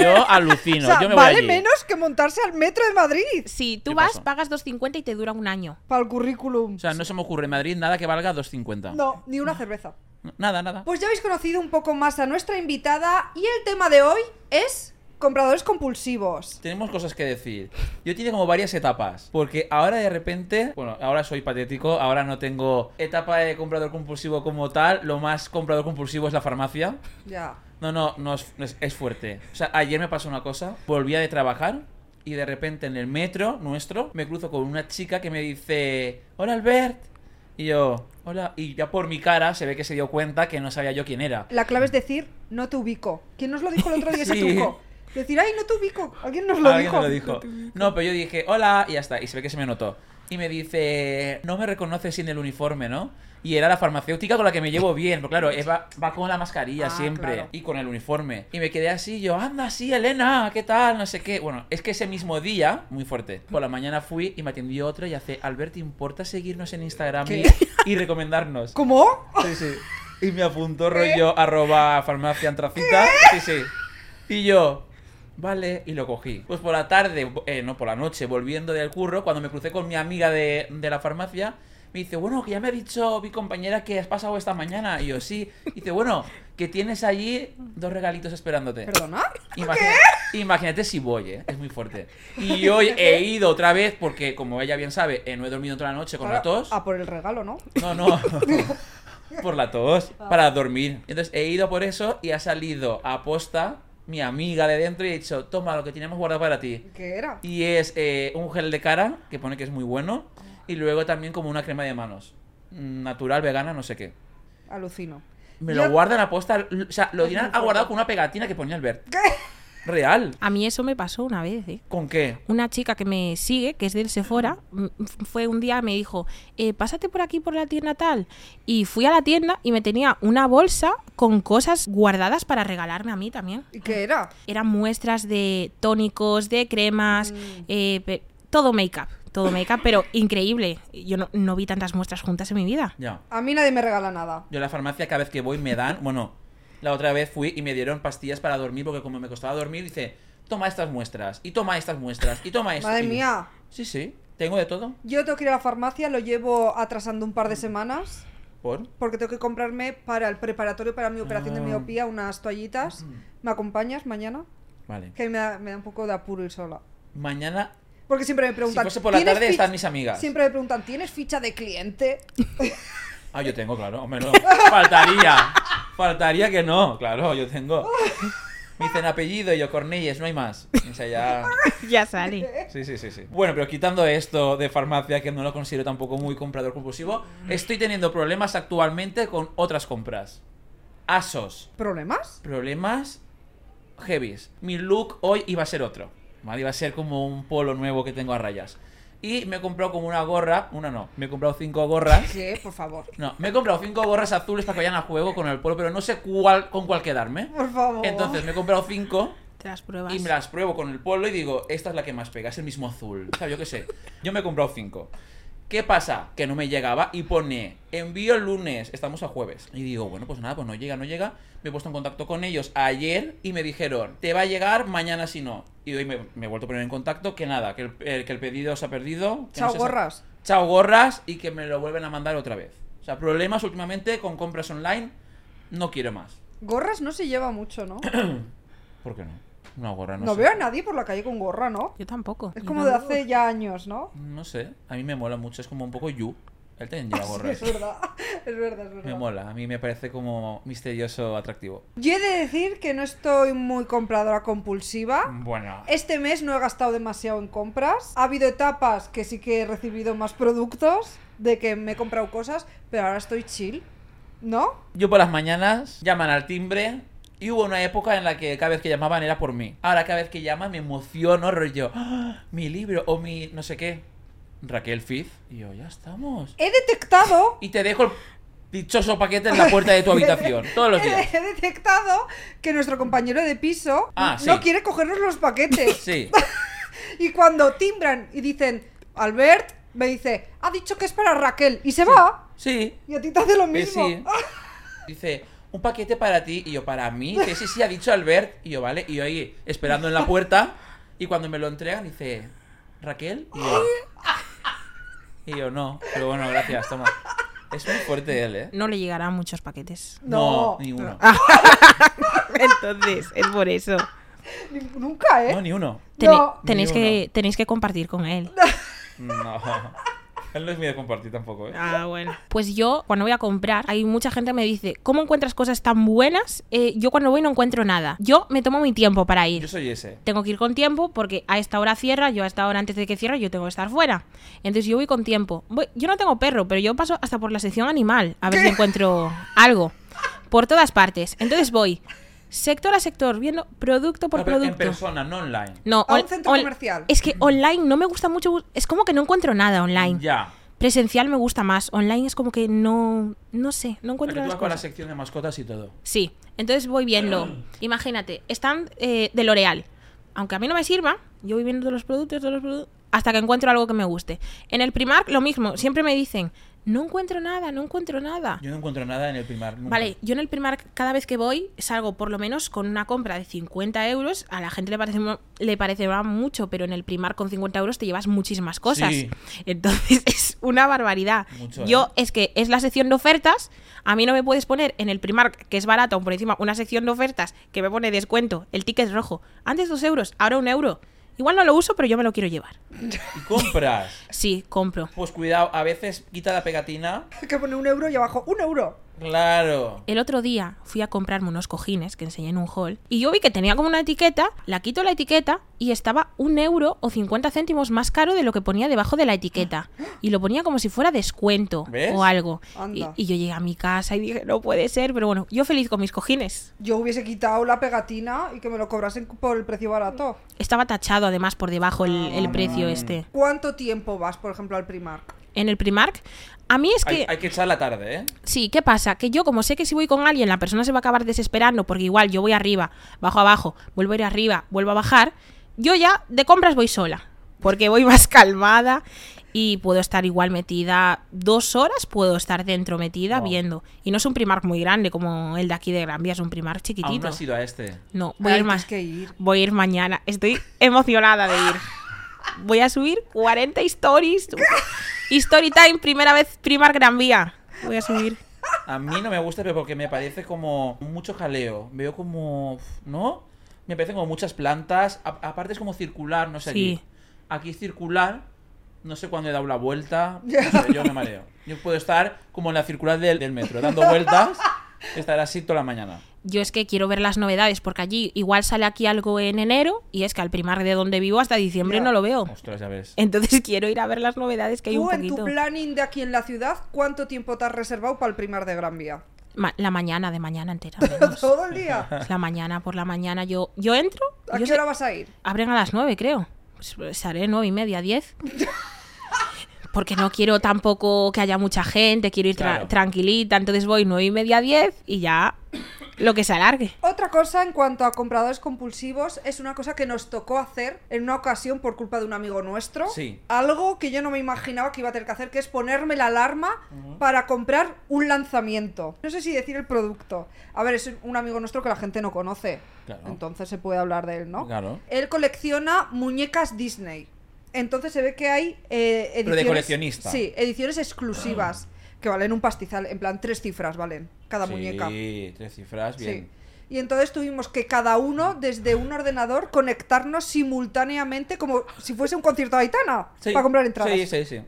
Speaker 3: Yo
Speaker 2: o
Speaker 3: alucino.
Speaker 2: sea,
Speaker 3: yo me voy
Speaker 2: vale
Speaker 3: allí.
Speaker 2: menos que montarse al metro de Madrid.
Speaker 4: Sí, tú
Speaker 3: ¿Qué
Speaker 4: vas,
Speaker 3: pasó?
Speaker 4: pagas 2.50 y te dura un año.
Speaker 2: Para el currículum.
Speaker 3: O sea, no se me ocurre en Madrid nada que valga 2.50.
Speaker 2: No, ni una cerveza.
Speaker 3: Nada, nada.
Speaker 2: Pues ya habéis conocido un poco más a nuestra invitada y el tema de hoy es compradores compulsivos.
Speaker 3: Tenemos cosas que decir. Yo tiene como varias etapas. Porque ahora de repente. Bueno, ahora soy patético. Ahora no tengo etapa de comprador compulsivo como tal. Lo más comprador compulsivo es la farmacia.
Speaker 2: Ya.
Speaker 3: No, no, no es, no es- es fuerte. O sea, ayer me pasó una cosa. Volvía de trabajar y de repente en el metro nuestro me cruzo con una chica que me dice, hola Albert. Y yo, hola. Y ya por mi cara se ve que se dio cuenta que no sabía yo quién era.
Speaker 2: La clave es decir, no te ubico. ¿Quién nos lo dijo el otro día ese
Speaker 3: Sí.
Speaker 2: truco? Decir, ay, no te ubico. Alguien nos lo
Speaker 3: Alguien
Speaker 2: dijo.
Speaker 3: me lo dijo. No, pero yo dije, hola, y ya está. Y se ve que se me notó. Y me dice, no me reconoces sin el uniforme, ¿no? Y era la farmacéutica con la que me llevo bien, pero claro, Eva va con la mascarilla
Speaker 2: Ah,
Speaker 3: siempre
Speaker 2: claro.
Speaker 3: y con el uniforme. Y me quedé así, yo, anda, sí, Elena, ¿qué tal? No sé qué. Bueno, es que ese mismo día, muy fuerte, por la mañana fui y me atendió otra y hace, Albert, ¿te importa seguirnos en Instagram y,
Speaker 2: ¿Qué?
Speaker 3: y recomendarnos?
Speaker 2: ¿Cómo?
Speaker 3: Sí, sí. Y me apuntó rollo arroba farmacia antracita. Sí, sí. Y yo, vale, y lo cogí. Pues por la tarde, eh, no, por la noche, volviendo del curro, cuando me crucé con mi amiga de, de la farmacia, me dice, bueno, que ya me ha dicho mi compañera que has pasado esta mañana. Y yo, sí. Y dice, bueno, que tienes allí dos regalitos esperándote.
Speaker 2: ¿Perdona?
Speaker 3: Imagina- Imagínate si voy, ¿eh? es muy fuerte. Y hoy he ido otra vez porque, como ella bien sabe, eh, no he dormido toda la noche con la
Speaker 2: Claro,
Speaker 3: tos.
Speaker 2: A por el regalo, ¿no?
Speaker 3: No, no. por la tos. Para dormir. Entonces he ido por eso y ha salido a posta mi amiga de dentro y he dicho, toma lo que tenemos guardado para ti.
Speaker 2: ¿Qué era?
Speaker 3: Y es eh, un gel de cara, que pone que es muy bueno, y luego también como una crema de manos. Mm, Natural, vegana, no sé qué.
Speaker 2: Alucino.
Speaker 3: Me
Speaker 2: Yo-
Speaker 3: lo guardan a posta, l- o sea, lo
Speaker 2: Es muy
Speaker 3: tienen
Speaker 2: fuerte.
Speaker 3: aguardado con una pegatina que ponía Albert. Real.
Speaker 4: A mí eso me pasó una vez, ¿eh?
Speaker 3: ¿Con qué?
Speaker 4: Una chica que me sigue, que es del Sephora, m- f- fue un día, me dijo, eh, pásate por aquí por la tienda tal. Y fui a la tienda y me tenía una bolsa con cosas guardadas para regalarme a mí también.
Speaker 2: ¿Y qué era?
Speaker 4: Eran muestras de tónicos, de cremas, eh, pe- todo make-up, todo make-up, pero increíble. Yo no, no vi tantas muestras juntas en mi vida.
Speaker 3: Ya.
Speaker 2: A mí nadie me regala nada.
Speaker 3: Yo en la farmacia cada vez que voy me dan, bueno, la otra vez fui y me dieron pastillas para dormir porque como me costaba dormir, dice, toma estas muestras, y toma estas muestras, y toma esto.
Speaker 2: Madre
Speaker 3: Y-
Speaker 2: mía.
Speaker 3: Sí, sí, tengo de todo.
Speaker 2: Yo tengo que ir a la farmacia, lo llevo atrasando un par de semanas.
Speaker 3: Por.
Speaker 2: Porque tengo que comprarme para el preparatorio para mi operación de
Speaker 3: Ah. Mm.
Speaker 2: miopía unas toallitas. ¿Me acompañas mañana?
Speaker 3: Vale.
Speaker 2: Que me da, me da un poco de apuro ir sola.
Speaker 3: Mañana,
Speaker 2: Porque siempre me
Speaker 3: si
Speaker 2: preguntan.
Speaker 3: fuese por la
Speaker 2: "¿Tienes
Speaker 3: tarde,
Speaker 2: fich-?"
Speaker 3: están mis amigas.
Speaker 2: Siempre me preguntan, ¿tienes ficha de cliente?
Speaker 3: Ah, yo tengo, claro, hombre, no. Faltaría. Faltaría que no, claro, yo tengo. Me dicen apellido y yo, Cornelles, no hay más. O sea, ya...
Speaker 4: ya sale.
Speaker 3: Sí, sí, sí, sí. Bueno, pero quitando esto de farmacia, que no lo considero tampoco muy comprador compulsivo, estoy teniendo problemas actualmente con otras compras. Asos.
Speaker 2: ¿Problemas?
Speaker 3: Problemas heavies. Mi look hoy iba a ser otro. ¿vale? Iba a ser como un polo nuevo que tengo a rayas. Y me he comprado como una gorra. Una no. Me he comprado cinco gorras.
Speaker 2: ¿Qué? Por favor.
Speaker 3: No, me he comprado cinco gorras azules para que vayan a juego con el polo, pero no sé cuál, con cuál quedarme.
Speaker 2: Por favor.
Speaker 3: Entonces me he comprado cinco
Speaker 4: Te las pruebas.
Speaker 3: y me las pruebo con el polo y digo, esta es la que más pega, es el mismo azul. O sea, yo qué sé. Yo me he comprado cinco. ¿Qué pasa? Que no me llegaba y pone envío el lunes, estamos a jueves. Y digo, bueno, pues nada, pues no llega, no llega. Me he puesto en contacto con ellos ayer y me dijeron, te va a llegar mañana si no. Y hoy me, me he vuelto a poner en contacto que nada, que el, eh, que el pedido se ha perdido. que no
Speaker 2: Chao,
Speaker 3: se sa-
Speaker 2: gorras.
Speaker 3: Chao gorras y que me lo vuelven a mandar otra vez. O sea, problemas últimamente con compras online, no quiero más.
Speaker 2: Gorras no se lleva mucho, ¿no?
Speaker 3: ¿Por qué no? Una gorra, no,
Speaker 2: No
Speaker 3: sé.
Speaker 2: veo a nadie por la calle con gorra, ¿no?
Speaker 4: Yo tampoco.
Speaker 2: Es
Speaker 4: Yo
Speaker 2: como de
Speaker 4: tampoco.
Speaker 2: hace ya años, ¿no?
Speaker 3: No sé, a mí me mola mucho, es como un poco you. Él también lleva gorra.
Speaker 2: Es verdad, es verdad, es verdad.
Speaker 3: Me mola, a mí me parece como misterioso, atractivo.
Speaker 2: Yo he de decir que no estoy muy compradora compulsiva.
Speaker 3: Bueno,
Speaker 2: Este mes no he gastado demasiado en compras. Ha habido etapas que sí que he recibido más productos, de que me he comprado cosas, pero ahora estoy chill. ¿No?
Speaker 3: yo por las mañanas llaman al timbre y hubo una época en la que cada vez que llamaban era por mí. Ahora cada vez que llaman me emociono, rollo, "Ah, mi libro o mi no sé qué. Raquel Fizz. Y yo, ya estamos.
Speaker 2: He detectado
Speaker 3: Y te dejo el dichoso paquete en la puerta de tu habitación, todos los días.
Speaker 2: He detectado que nuestro compañero de piso
Speaker 3: Ah,
Speaker 2: no
Speaker 3: sí.
Speaker 2: quiere cogernos los paquetes.
Speaker 3: Sí.
Speaker 2: Y cuando timbran y dicen, Albert, me dice, ha dicho que es para Raquel. Y se va.
Speaker 3: Sí,
Speaker 2: Y a ti te hace lo
Speaker 3: Que
Speaker 2: mismo. Ah,
Speaker 3: sí. Dice, un paquete para ti y yo, para mí. Que sí, sí, ha dicho Albert. Y yo, vale. Y yo ahí, esperando en la puerta. Y cuando me lo entregan, dice, Raquel. Y yo, y yo, no. Pero bueno, gracias, toma. Es muy fuerte él, ¿eh?
Speaker 4: No le llegarán muchos paquetes.
Speaker 2: No.
Speaker 3: ni uno.
Speaker 4: Entonces, es por eso.
Speaker 2: Ni- Nunca, ¿eh?
Speaker 3: No, ni uno.
Speaker 4: Tene-
Speaker 2: No.
Speaker 4: tenéis,
Speaker 3: Ni
Speaker 4: que, tenéis que compartir con él.
Speaker 3: No. Él no es muy de compartir tampoco, ¿eh?
Speaker 4: Ah, bueno. Pues yo, cuando voy a comprar, hay mucha gente que me dice, ¿cómo encuentras cosas tan buenas? Eh, yo cuando voy no encuentro nada. Yo me tomo mi tiempo para ir.
Speaker 3: Yo soy ese.
Speaker 4: tengo que ir con tiempo porque a esta hora cierra, yo a esta hora antes de que cierre yo tengo que estar fuera. Entonces yo voy con tiempo. Voy- yo no tengo perro, pero yo paso hasta por la sección animal a ver si encuentro algo. Por todas partes. Entonces voy sector a sector, viendo producto por
Speaker 3: No, pero En
Speaker 4: producto.
Speaker 3: persona, no online.
Speaker 4: No,
Speaker 2: A un
Speaker 4: on-
Speaker 2: centro
Speaker 4: on-
Speaker 2: comercial.
Speaker 4: Es que online no me gusta mucho. Es como que no encuentro nada online.
Speaker 3: Ya.
Speaker 4: Presencial me gusta más. Online es como que no. No sé, no
Speaker 3: Porque
Speaker 4: encuentro
Speaker 3: tú
Speaker 4: las
Speaker 3: vas con la
Speaker 4: cosas.
Speaker 3: sección de mascotas y todo.
Speaker 4: Sí, entonces voy viendo. Imagínate, están eh, de L'Oreal. Aunque a mí no me sirva, yo voy viendo todos los productos, todos los productos, hasta que encuentro algo que me guste. En el Primark lo mismo, siempre me dicen, no encuentro nada, no encuentro nada.
Speaker 3: Yo no encuentro nada en el primar. nunca.
Speaker 4: Vale, yo en el Primark cada vez que voy salgo por lo menos con una compra de 50 euros. A la gente le, parece, mu- le parecerá mucho, pero en el Primark con 50 euros te llevas muchísimas cosas.
Speaker 3: Sí.
Speaker 4: Entonces es una barbaridad.
Speaker 3: Mucho, ¿eh?
Speaker 4: yo es que es la sección de ofertas. A mí no me puedes poner en el Primark, que es barato, por encima una sección de ofertas que me pone descuento, el ticket rojo. Antes 2 euros, ahora un euro. Igual no lo uso, pero yo me lo quiero llevar.
Speaker 3: Y compras.
Speaker 4: Sí, compro.
Speaker 3: Pues cuidado, a veces quita la pegatina.
Speaker 2: Que pone un euro y abajo, un euro.
Speaker 3: Claro.
Speaker 4: El otro día fui a comprarme unos cojines que enseñé en un hall y yo vi que tenía como una etiqueta, la quito la etiqueta y estaba un euro o 50 céntimos más caro de lo que ponía debajo de la etiqueta. Y lo ponía como si fuera descuento
Speaker 3: ¿Ves?
Speaker 4: o algo. Y,
Speaker 2: Anda.
Speaker 4: y yo llegué a mi casa y dije, no puede ser, pero bueno, yo feliz con mis cojines.
Speaker 2: Yo hubiese quitado la pegatina y que me lo cobrasen por el precio barato.
Speaker 4: Estaba tachado además por debajo el,
Speaker 3: Ah.
Speaker 4: el precio este.
Speaker 2: ¿Cuánto tiempo vas, por ejemplo, al Primark?
Speaker 4: En el Primark, a mí es que...
Speaker 3: Hay, hay que echar la tarde, ¿eh?
Speaker 4: Sí, ¿qué pasa? Que yo, como sé que si voy con alguien, la persona se va a acabar desesperando, porque igual yo voy arriba, bajo abajo, vuelvo a ir arriba, vuelvo a bajar, yo ya de compras voy sola, porque voy más calmada y puedo estar igual metida dos horas, puedo estar dentro metida
Speaker 3: Wow.
Speaker 4: viendo. Y no es un primark muy grande como el de aquí de Gran Vía, es un primark
Speaker 3: Aún no
Speaker 4: chiquitito.
Speaker 3: has ido a este.
Speaker 4: No, voy a
Speaker 2: Ay,
Speaker 4: ir más.
Speaker 2: tienes que ir.
Speaker 4: Voy a ir mañana. Estoy emocionada de ir. Voy a subir 40 stories. Story time, primera vez Primark Gran Vía. Voy a subir.
Speaker 3: A mí no me gusta, pero porque me parece como mucho jaleo. Veo como. ¿No? Me parecen como muchas plantas. A- aparte es como circular, no sé.
Speaker 4: Sí.
Speaker 3: allí. Aquí es circular. No sé cuándo he dado la vuelta. no sé, yo me mareo. Yo puedo estar como en la circular del, del metro, dando vueltas. Estar así toda la mañana.
Speaker 4: Yo es que quiero ver las novedades, porque allí igual sale aquí algo en enero, y es que al primar de donde vivo hasta diciembre
Speaker 2: Ya.
Speaker 4: no lo veo.
Speaker 3: Ostras, ya ves.
Speaker 4: Entonces quiero ir a ver las novedades que hay un
Speaker 2: Tú, en tu
Speaker 4: poquito.
Speaker 2: planning de aquí en la ciudad, ¿cuánto tiempo te has reservado para el Primark de Gran Vía?
Speaker 4: Ma- la mañana, de mañana entera. menos.
Speaker 2: Todo el día.
Speaker 4: Es la mañana, por la mañana yo, yo entro.
Speaker 2: ¿A
Speaker 4: yo
Speaker 2: qué
Speaker 4: sé-
Speaker 2: hora vas a ir?
Speaker 4: Abren a las 9, creo. Pues haré 9 y media, 10. Porque no quiero tampoco que haya mucha gente, quiero ir tra-
Speaker 3: Claro.
Speaker 4: tranquilita. Entonces voy 9 y media, 10 y ya lo que se alargue.
Speaker 2: Otra cosa en cuanto a compradores compulsivos es una cosa que nos tocó hacer en una ocasión por culpa de un amigo nuestro.
Speaker 3: Sí.
Speaker 2: Algo que yo no me imaginaba que iba a tener que hacer, que es ponerme la alarma para comprar un lanzamiento. No sé si decir el producto. A ver, es un amigo nuestro que la gente no conoce.
Speaker 3: Claro.
Speaker 2: Entonces se puede hablar de él, ¿no?
Speaker 3: Claro.
Speaker 2: Él colecciona muñecas Disney. Entonces se ve que hay eh, ediciones.
Speaker 3: de coleccionista. Ah.
Speaker 2: Sí, ediciones exclusivas. Que valen un pastizal, en plan tres cifras valen cada
Speaker 3: sí,
Speaker 2: muñeca.
Speaker 3: tres cifras, bien.
Speaker 2: Sí. Y entonces tuvimos que cada uno, desde un ordenador, conectarnos simultáneamente como si fuese un concierto de Aitana
Speaker 3: Sí,
Speaker 2: para comprar entradas.
Speaker 3: Sí, sí, sí.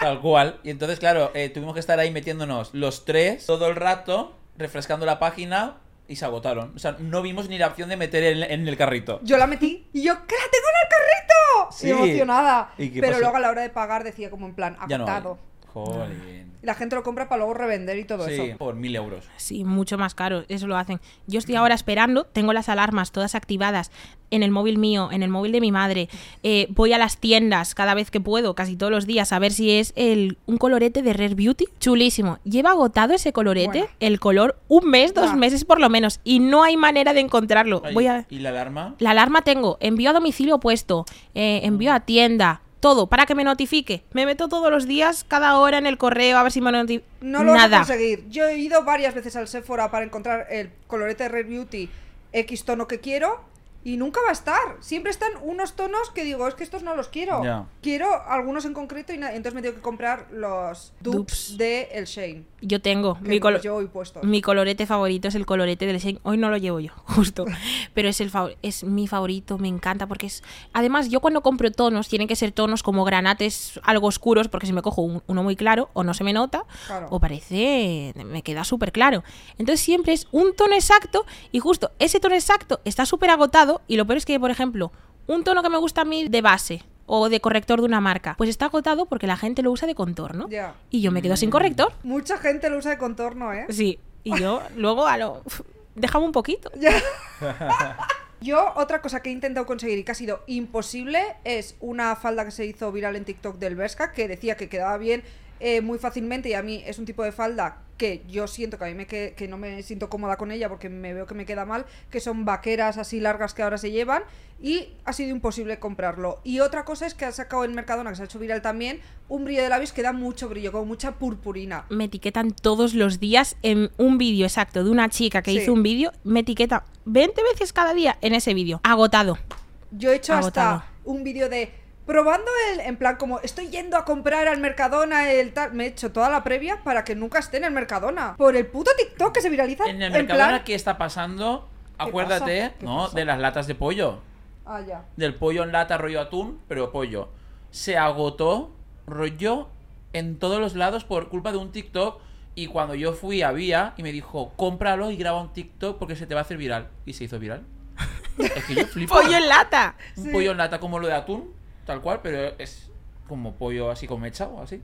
Speaker 3: Tal cual. Y entonces, claro, eh, tuvimos que estar ahí metiéndonos los tres todo el rato, refrescando la página y se agotaron. O sea, no vimos ni la opción de meter en, en el carrito.
Speaker 2: Yo la metí y yo, ¡que la tengo en el carrito!
Speaker 3: Sí.
Speaker 2: Y emocionada.
Speaker 3: ¿Y qué
Speaker 2: Pero
Speaker 3: pasó?
Speaker 2: luego a la hora de pagar decía como en plan,
Speaker 3: Ya no. hay.
Speaker 2: agotado.
Speaker 3: Jolín.
Speaker 2: Y la gente lo compra para luego revender y todo
Speaker 3: Sí,
Speaker 2: eso.
Speaker 3: por mil euros.
Speaker 4: Sí, mucho más caro, eso lo hacen. Yo estoy ahora esperando, tengo las alarmas todas activadas en el móvil mío, en el móvil de mi madre. Eh, voy a las tiendas cada vez que puedo, casi todos los días, a ver si es el, un colorete de Rare Beauty. Chulísimo. Lleva agotado ese colorete,
Speaker 2: Bueno.
Speaker 4: el color, un mes, dos
Speaker 2: Ya.
Speaker 4: meses por lo menos, y no hay manera de encontrarlo.
Speaker 3: Ay,
Speaker 4: Voy a...
Speaker 3: ¿Y la alarma?
Speaker 4: La alarma tengo, envío a domicilio puesto, eh, envío a tienda, todo, para que me notifique. Me meto todos los días, cada hora en el correo, a ver si me notifica.
Speaker 2: No lo vas a
Speaker 4: Nada.
Speaker 2: conseguir. Yo he ido varias veces al Sephora para encontrar el colorete de Red Beauty X tono que quiero y nunca va a estar. Siempre están unos tonos que digo, es que estos no los quiero.
Speaker 3: Ya.
Speaker 2: Quiero algunos en concreto y na- entonces me tengo que comprar los dupes
Speaker 4: Dupes.
Speaker 2: de El Shane.
Speaker 4: Yo tengo
Speaker 2: Que
Speaker 4: mi color.
Speaker 2: yo hoy puesto.
Speaker 4: Mi colorete favorito es el colorete del Shane. Hoy no lo llevo yo, justo. Pero es, el favor- es mi favorito, me encanta porque es... Además, yo cuando compro tonos, tienen que ser tonos como granates algo oscuros porque si me cojo un- uno muy claro o no se me nota
Speaker 2: Claro.
Speaker 4: o parece... me queda súper claro. Entonces siempre es un tono exacto y justo ese tono exacto está súper agotado y lo peor es que, por ejemplo, un tono que me gusta a mí de base o de corrector de una marca, pues está agotado porque la gente lo usa de contorno.
Speaker 2: Ya.
Speaker 4: Y yo me quedo sin corrector.
Speaker 2: Mucha gente lo usa de contorno, ¿eh?
Speaker 4: Sí, y yo luego a lo... Déjame un poquito.
Speaker 2: Ya. Yo, otra cosa que he intentado conseguir y que ha sido imposible es una falda que se hizo viral en TikTok del Berska que decía que quedaba bien eh, muy fácilmente y a mí es un tipo de falda que yo siento que a mí me que, que no me siento cómoda con ella porque me veo que me queda mal, que son vaqueras así largas que ahora se llevan y ha sido imposible comprarlo. Y otra cosa es que ha sacado en Mercadona, que se ha hecho viral también, un brillo de labios que da mucho brillo, con mucha purpurina.
Speaker 4: Me etiquetan todos los días en un vídeo exacto de una chica que
Speaker 2: Sí.
Speaker 4: hizo un vídeo. Me etiqueta 20 veces cada día en ese vídeo. Agotado.
Speaker 2: Yo he hecho
Speaker 4: Agotado.
Speaker 2: hasta un vídeo de probando el. En plan, como estoy yendo a comprar al Mercadona el tal. Me he hecho toda la previa para que nunca esté en el Mercadona. Por el puto TikTok que se viraliza.
Speaker 3: En el
Speaker 2: plan-
Speaker 3: Mercadona, ¿qué está pasando? Acuérdate,
Speaker 2: pasa? ¿Qué
Speaker 3: ¿no?
Speaker 2: pasa?
Speaker 3: De las latas de pollo.
Speaker 2: Ah, ya.
Speaker 3: Del pollo en lata, rollo atún, pero pollo. Se agotó, rollo, en todos los lados por culpa de un TikTok. Y cuando yo fui, había y me dijo, cómpralo y graba un TikTok porque se te va a hacer viral. Y se hizo viral. es que yo flipo.
Speaker 4: ¡Pollo en lata!
Speaker 3: Un
Speaker 2: Sí.
Speaker 3: pollo en lata como lo de atún, tal cual, pero es como pollo así como echado, así.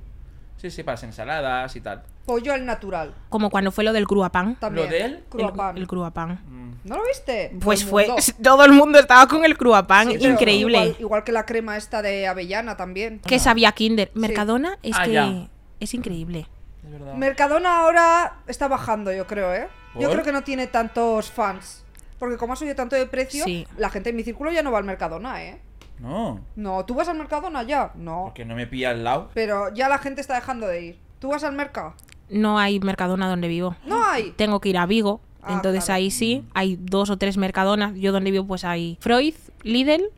Speaker 3: Sí, sí, para las ensaladas y tal.
Speaker 2: Pollo al natural.
Speaker 4: Como cuando fue lo del cruapán.
Speaker 2: También.
Speaker 3: ¿Lo de él?
Speaker 2: Cruapán.
Speaker 4: El, el cruapán.
Speaker 3: Mm.
Speaker 2: ¿No lo viste?
Speaker 4: Pues
Speaker 2: Todo el
Speaker 4: fue...
Speaker 2: mundo.
Speaker 4: Todo el mundo estaba con el cruapán.
Speaker 2: Sí, pero
Speaker 4: Increíble. Ah,
Speaker 2: Igual, igual que la crema esta de avellana también.
Speaker 4: Que sabía Kinder. Mercadona es
Speaker 3: Ah,
Speaker 4: que...
Speaker 3: ya.
Speaker 4: Es increíble.
Speaker 3: Es verdad.
Speaker 2: Mercadona ahora está bajando, yo creo, ¿eh? Yo
Speaker 3: ¿Por?
Speaker 2: creo que no tiene tantos fans. Porque como ha subido tanto de precio,
Speaker 4: Sí.
Speaker 2: la gente en mi círculo ya no va al Mercadona, ¿eh?
Speaker 3: No,
Speaker 2: No, ¿tú vas al Mercadona ya? No.
Speaker 3: porque no me pilla al lado.
Speaker 2: Pero ya la gente está dejando de ir. ¿Tú vas al mercado?
Speaker 4: No hay Mercadona donde vivo.
Speaker 2: No hay.
Speaker 4: tengo que ir a Vigo.
Speaker 2: Ah,
Speaker 4: entonces
Speaker 2: claro.
Speaker 4: ahí sí, hay dos o tres mercadonas. Yo donde vivo, pues hay Freud, Lidl,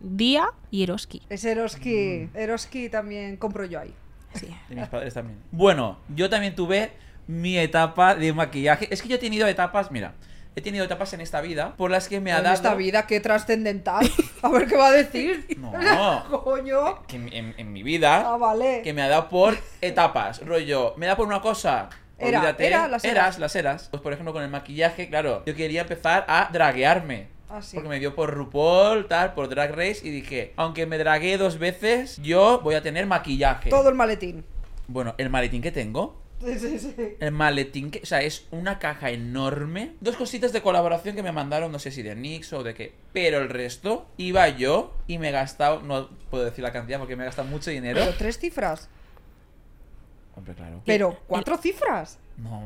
Speaker 4: Día y Eroski.
Speaker 2: Es Eroski.
Speaker 3: Mm.
Speaker 2: Eroski también compro yo ahí.
Speaker 4: Sí.
Speaker 3: Y mis padres también. Bueno, yo también tuve mi etapa de maquillaje. Es que yo he tenido etapas, mira, he tenido etapas en esta vida por las que me ha
Speaker 2: En
Speaker 3: dado.
Speaker 2: esta vida, qué trascendental. A ver qué va a decir.
Speaker 3: No.
Speaker 2: Coño.
Speaker 3: que en, en- en mi vida.
Speaker 2: Ah, vale.
Speaker 3: Que me ha dado por etapas, rollo. Me da por una cosa.
Speaker 2: Era,
Speaker 3: olvídate,
Speaker 2: era, las eras.
Speaker 3: las eras. Pues por ejemplo, con el maquillaje, claro, yo quería empezar a draguearme.
Speaker 2: Ah, sí.
Speaker 3: Porque me dio por RuPaul, tal, por Drag Race. Y dije, aunque me dragué dos veces, yo voy a tener maquillaje.
Speaker 2: Todo el maletín.
Speaker 3: Bueno, el maletín que tengo
Speaker 2: Sí, sí, sí.
Speaker 3: El maletín, que, o sea, es una caja enorme. Dos cositas de colaboración que me mandaron, no sé si de Nix o de qué. Pero el resto iba yo y me he gastado, no puedo decir la cantidad porque me he gastado mucho dinero.
Speaker 2: Pero tres cifras.
Speaker 3: Hombre, claro.
Speaker 2: Pero cuatro cifras.
Speaker 3: No,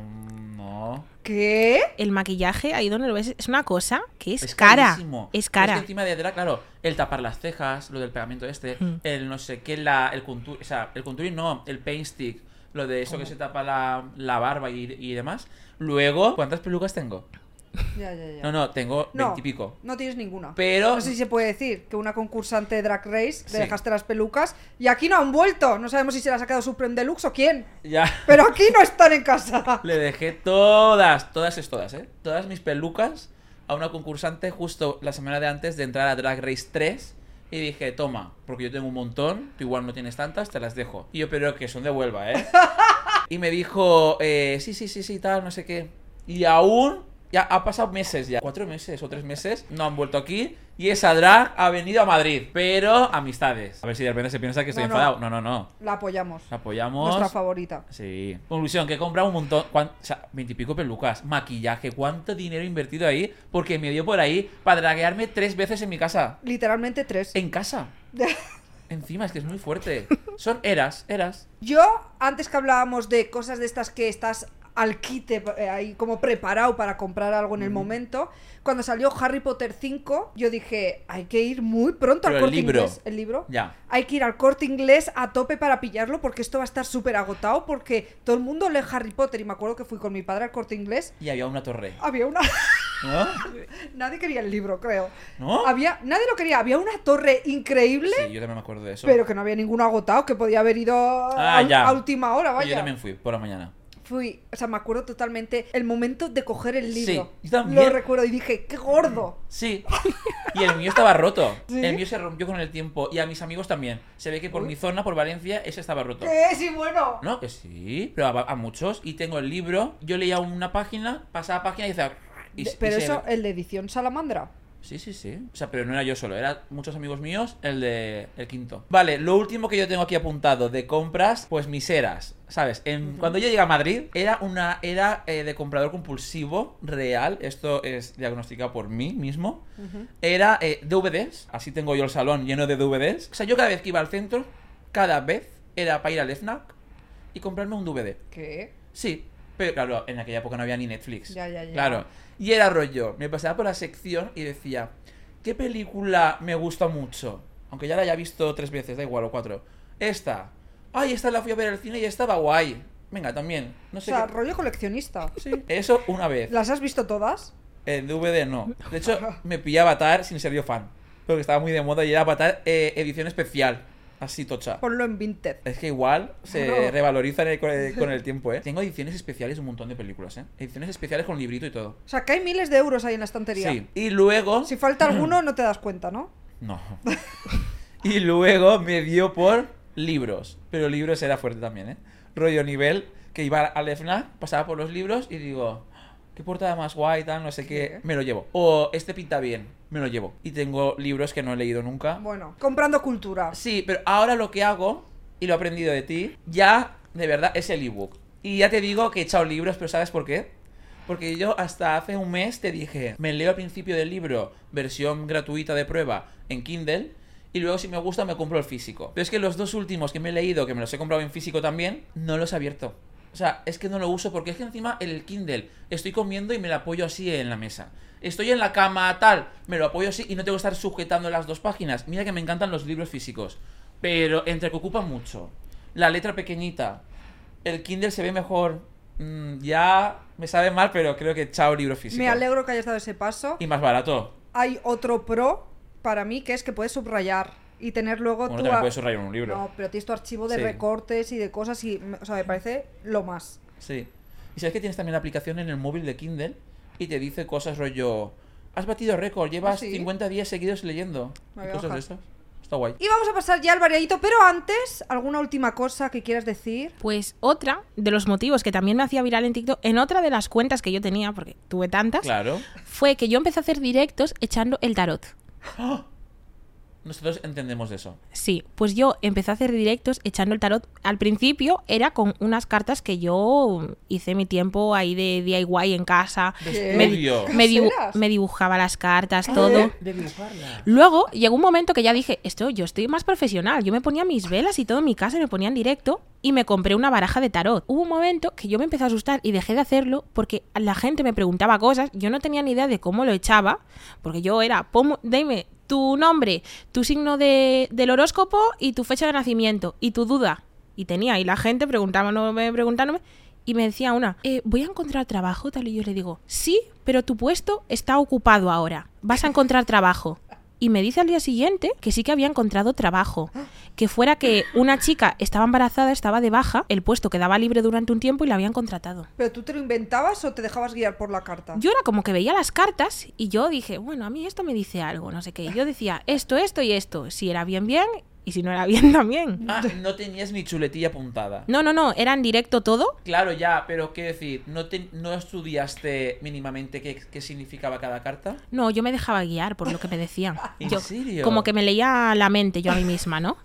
Speaker 3: no.
Speaker 2: ¿Qué?
Speaker 4: El maquillaje, ahí donde lo ves, es una cosa que es,
Speaker 3: Es
Speaker 4: cara.
Speaker 3: carísimo.
Speaker 4: Es cara.
Speaker 3: que encima de drag, claro, el tapar las cejas, lo del pegamento este,
Speaker 4: Mm.
Speaker 3: el no sé qué, la, el contour, o sea, el contouring no, el paint stick, lo de eso
Speaker 4: Oh.
Speaker 3: que se tapa la, la barba y, y demás. Luego, ¿cuántas pelucas tengo?
Speaker 2: Ya, ya, ya.
Speaker 3: No, no, tengo
Speaker 2: No,
Speaker 3: veintipico.
Speaker 2: no tienes ninguna.
Speaker 3: Pero-
Speaker 2: No sé si se puede decir que una concursante de Drag Race le
Speaker 3: Sí.
Speaker 2: dejaste las pelucas y aquí no han vuelto. No sabemos si se la ha sacado Supreme Deluxe o quién.
Speaker 3: Ya.
Speaker 2: Pero aquí no están en casa.
Speaker 3: Le dejé todas, todas es todas, ¿eh? Todas mis pelucas a una concursante justo la semana de antes de entrar a Drag Race 3. Y dije, toma, porque yo tengo un montón, tú igual no tienes tantas, te las dejo. Y yo, pero que son de Huelva, ¿eh? Y me dijo, eh, sí, sí, sí, sí, tal, no sé qué. Y aún, ya ha pasado meses ya, cuatro meses o tres meses, no han vuelto aquí. Y esa drag ha venido a Madrid, pero amistades. A ver si de repente se piensa que estoy
Speaker 2: No, no.
Speaker 3: enfadado. No, no, no.
Speaker 2: La apoyamos.
Speaker 3: Nos apoyamos.
Speaker 2: Nuestra favorita.
Speaker 3: Sí. Conclusión, que he comprado un montón, cuan- o sea, veintipico pelucas, maquillaje, cuánto dinero he invertido ahí, porque me dio por ahí para draguearme tres veces en mi casa.
Speaker 2: Literalmente tres.
Speaker 3: En casa. Encima, es que es muy fuerte. Son eras, eras.
Speaker 2: Yo, antes que hablábamos de cosas de estas que estás al quite, eh, ahí como preparado para comprar algo en el momento, cuando salió Harry Potter 5, yo dije, hay que ir muy pronto al
Speaker 3: Pero el
Speaker 2: corte
Speaker 3: libro.
Speaker 2: inglés. El libro.
Speaker 3: Ya.
Speaker 2: Hay que ir al corte inglés a tope para pillarlo porque esto va a estar súper agotado porque todo el mundo lee Harry Potter y me acuerdo que fui con mi padre al corte inglés.
Speaker 3: Y había una torre.
Speaker 2: Había una...
Speaker 3: ¿No?
Speaker 2: nadie quería el libro, creo.
Speaker 3: ¿No?
Speaker 2: Había... Nadie lo quería. Había una torre increíble.
Speaker 3: Sí, yo también me acuerdo de eso.
Speaker 2: Pero que no había ninguno agotado, que podía haber ido
Speaker 3: Ah,
Speaker 2: a,
Speaker 3: ya.
Speaker 2: a última hora,
Speaker 3: Y
Speaker 2: vaya.
Speaker 3: yo también fui, por la mañana.
Speaker 2: Fui, o sea, me acuerdo totalmente el momento de coger el
Speaker 3: Sí,
Speaker 2: libro.
Speaker 3: yo también.
Speaker 2: Lo recuerdo y dije, qué gordo.
Speaker 3: Sí. Y el mío estaba roto.
Speaker 2: ¿Sí?
Speaker 3: El mío se rompió con el tiempo. Y a mis amigos también. Se ve que por mi zona, por Valencia, ese estaba roto.
Speaker 2: ¿Qué es? Y bueno.
Speaker 3: Mm. No, que sí, pero a, a muchos. Y tengo el libro, yo leía una página, pasaba página y decía... y-
Speaker 2: De-
Speaker 3: y
Speaker 2: Pero
Speaker 3: se-
Speaker 2: eso, el de edición salamandra.
Speaker 3: Sí, sí, sí. O sea, pero no era yo solo, eran muchos amigos míos, el de... el quinto. Vale, lo último que yo tengo aquí apuntado de compras, pues miseras, ¿sabes? En, Cuando yo llegué a Madrid, era una era eh, de comprador compulsivo real, esto es diagnosticado por mí mismo, era eh, DVDs, así tengo yo el salón lleno de DVDs. O sea, yo cada vez que iba al centro, cada vez era para ir al FNAC y comprarme un DVD.
Speaker 2: ¿Qué?
Speaker 3: Sí, pero claro, en aquella época no había ni Netflix.
Speaker 2: Ya, ya, ya.
Speaker 3: Claro. Y era rollo. Me pasaba por la sección y decía, ¿qué película me gusta mucho? Aunque ya la haya visto tres veces, da igual, o cuatro. Esta. Ay, esta la fui a ver al cine y estaba guay. Venga, también. No
Speaker 2: O
Speaker 3: sé
Speaker 2: sea,
Speaker 3: qué-
Speaker 2: rollo coleccionista.
Speaker 3: Sí, eso una vez.
Speaker 2: ¿Las has visto todas?
Speaker 3: El DVD no. De hecho, me pillé Avatar sin ser yo fan. Porque estaba muy de moda y era Avatar eh, edición especial. Así tocha.
Speaker 2: Ponlo en Vinted.
Speaker 3: Es que igual se
Speaker 2: Claro.
Speaker 3: revalorizan eh, con el, con el tiempo, ¿eh? Tengo ediciones especiales de un montón de películas, ¿eh? Ediciones especiales con librito y todo.
Speaker 2: O sea, que hay miles de euros ahí en la estantería.
Speaker 3: Sí. Mm. Y luego...
Speaker 2: Si falta alguno, no te das cuenta, ¿no?
Speaker 3: No. y luego me dio por libros. Pero libros era fuerte también, ¿eh? Rollo nivel que iba al FNAC, pasaba por los libros y digo... ¿Qué portada más guay, tal, no sé qué?
Speaker 2: Sí. ¿eh?
Speaker 3: Me lo llevo. O este pinta bien, me lo llevo. Y tengo libros que no he leído nunca.
Speaker 2: Bueno, comprando cultura.
Speaker 3: Sí, pero ahora lo que hago, y lo he aprendido de ti, ya de verdad es el ebook. Y ya te digo que he echado libros, pero ¿sabes por qué? Porque yo hasta hace un mes te dije, me leo al principio del libro, versión gratuita de prueba en Kindle, y luego si me gusta me compro el físico. Pero es que los dos últimos que me he leído, que me los he comprado en físico también, no los he abierto. O sea, es que no lo uso porque es que encima el Kindle estoy comiendo y me lo apoyo así en la mesa. Estoy en la cama, tal, me lo apoyo así y no tengo que estar sujetando las dos páginas. Mira que me encantan los libros físicos, pero entre que ocupan mucho, la letra pequeñita, el Kindle se ve mejor. Mm, ya me sabe mal, pero creo que chao libro físico.
Speaker 2: Me alegro que hayas dado ese paso.
Speaker 3: Y más barato.
Speaker 2: Hay otro pro para mí que es que puedes subrayar y tener luego
Speaker 3: Bueno,
Speaker 2: tu
Speaker 3: también
Speaker 2: a-
Speaker 3: puedes subrayar un libro.
Speaker 2: No, pero tienes tu archivo de
Speaker 3: Sí.
Speaker 2: recortes y de cosas y, me- o sea, me parece lo más.
Speaker 3: Sí. Y sabes que tienes también la aplicación en el móvil de Kindle y te dice cosas rollo. Has batido récord, llevas
Speaker 2: ¿Ah, sí?
Speaker 3: 50 días seguidos leyendo.
Speaker 2: Me voy
Speaker 3: Y
Speaker 2: a
Speaker 3: cosas de
Speaker 2: bajar.
Speaker 3: esas. Está guay.
Speaker 2: Y vamos a pasar ya al variadito, pero antes, ¿alguna última cosa que quieras decir?
Speaker 4: Pues otra de los motivos que también me hacía viral en TikTok, en otra de las cuentas que yo tenía, porque tuve tantas,
Speaker 3: Claro.
Speaker 4: fue que yo empecé a hacer directos echando el tarot.
Speaker 3: Nosotros entendemos eso.
Speaker 4: Sí, pues yo empecé a hacer directos echando el tarot. Al principio era con unas cartas que yo hice mi tiempo ahí de DIY en casa.
Speaker 2: ¿Qué?
Speaker 4: Me,
Speaker 3: estudio.
Speaker 4: me dibu-
Speaker 2: ¿Caseras?
Speaker 4: me dibujaba las cartas, todo.
Speaker 3: De dibujarla.
Speaker 4: Luego llegó un momento que ya dije, esto yo estoy más profesional, yo me ponía mis velas y todo en mi casa, me ponía en directo y me compré una baraja de tarot. Hubo un momento que yo me empecé a asustar y dejé de hacerlo porque la gente me preguntaba cosas, yo no tenía ni idea de cómo lo echaba, porque yo era, pon- dime tu nombre, tu signo de- del horóscopo y tu fecha de nacimiento y tu duda. Y tenía, y la gente preguntándome, preguntándome, y me decía una, "Eh, voy a encontrar trabajo, tal, y yo le digo, sí, pero tu puesto está ocupado ahora, vas a encontrar trabajo. Y me dice al día siguiente que sí que había encontrado trabajo. Que fuera que una chica estaba embarazada, estaba de baja, el puesto quedaba libre durante un tiempo y la habían contratado.
Speaker 2: ¿Pero tú te lo inventabas o te dejabas guiar por la carta?
Speaker 4: Yo era como que veía las cartas y yo dije, bueno, a mí esto me dice algo, no sé qué. Yo decía esto, esto y esto. Si era bien, bien. Y si no era bien, también.
Speaker 3: Ah, no tenías ni chuletilla apuntada.
Speaker 4: No, no, no. Era en directo todo.
Speaker 3: Claro, ya, pero qué decir, ¿no, te- no estudiaste mínimamente qué, qué significaba cada carta?
Speaker 4: No, yo me dejaba guiar por lo que me decían.
Speaker 3: ¿En
Speaker 4: Yo,
Speaker 3: serio?
Speaker 4: Como que me leía la mente yo a mí misma, ¿no?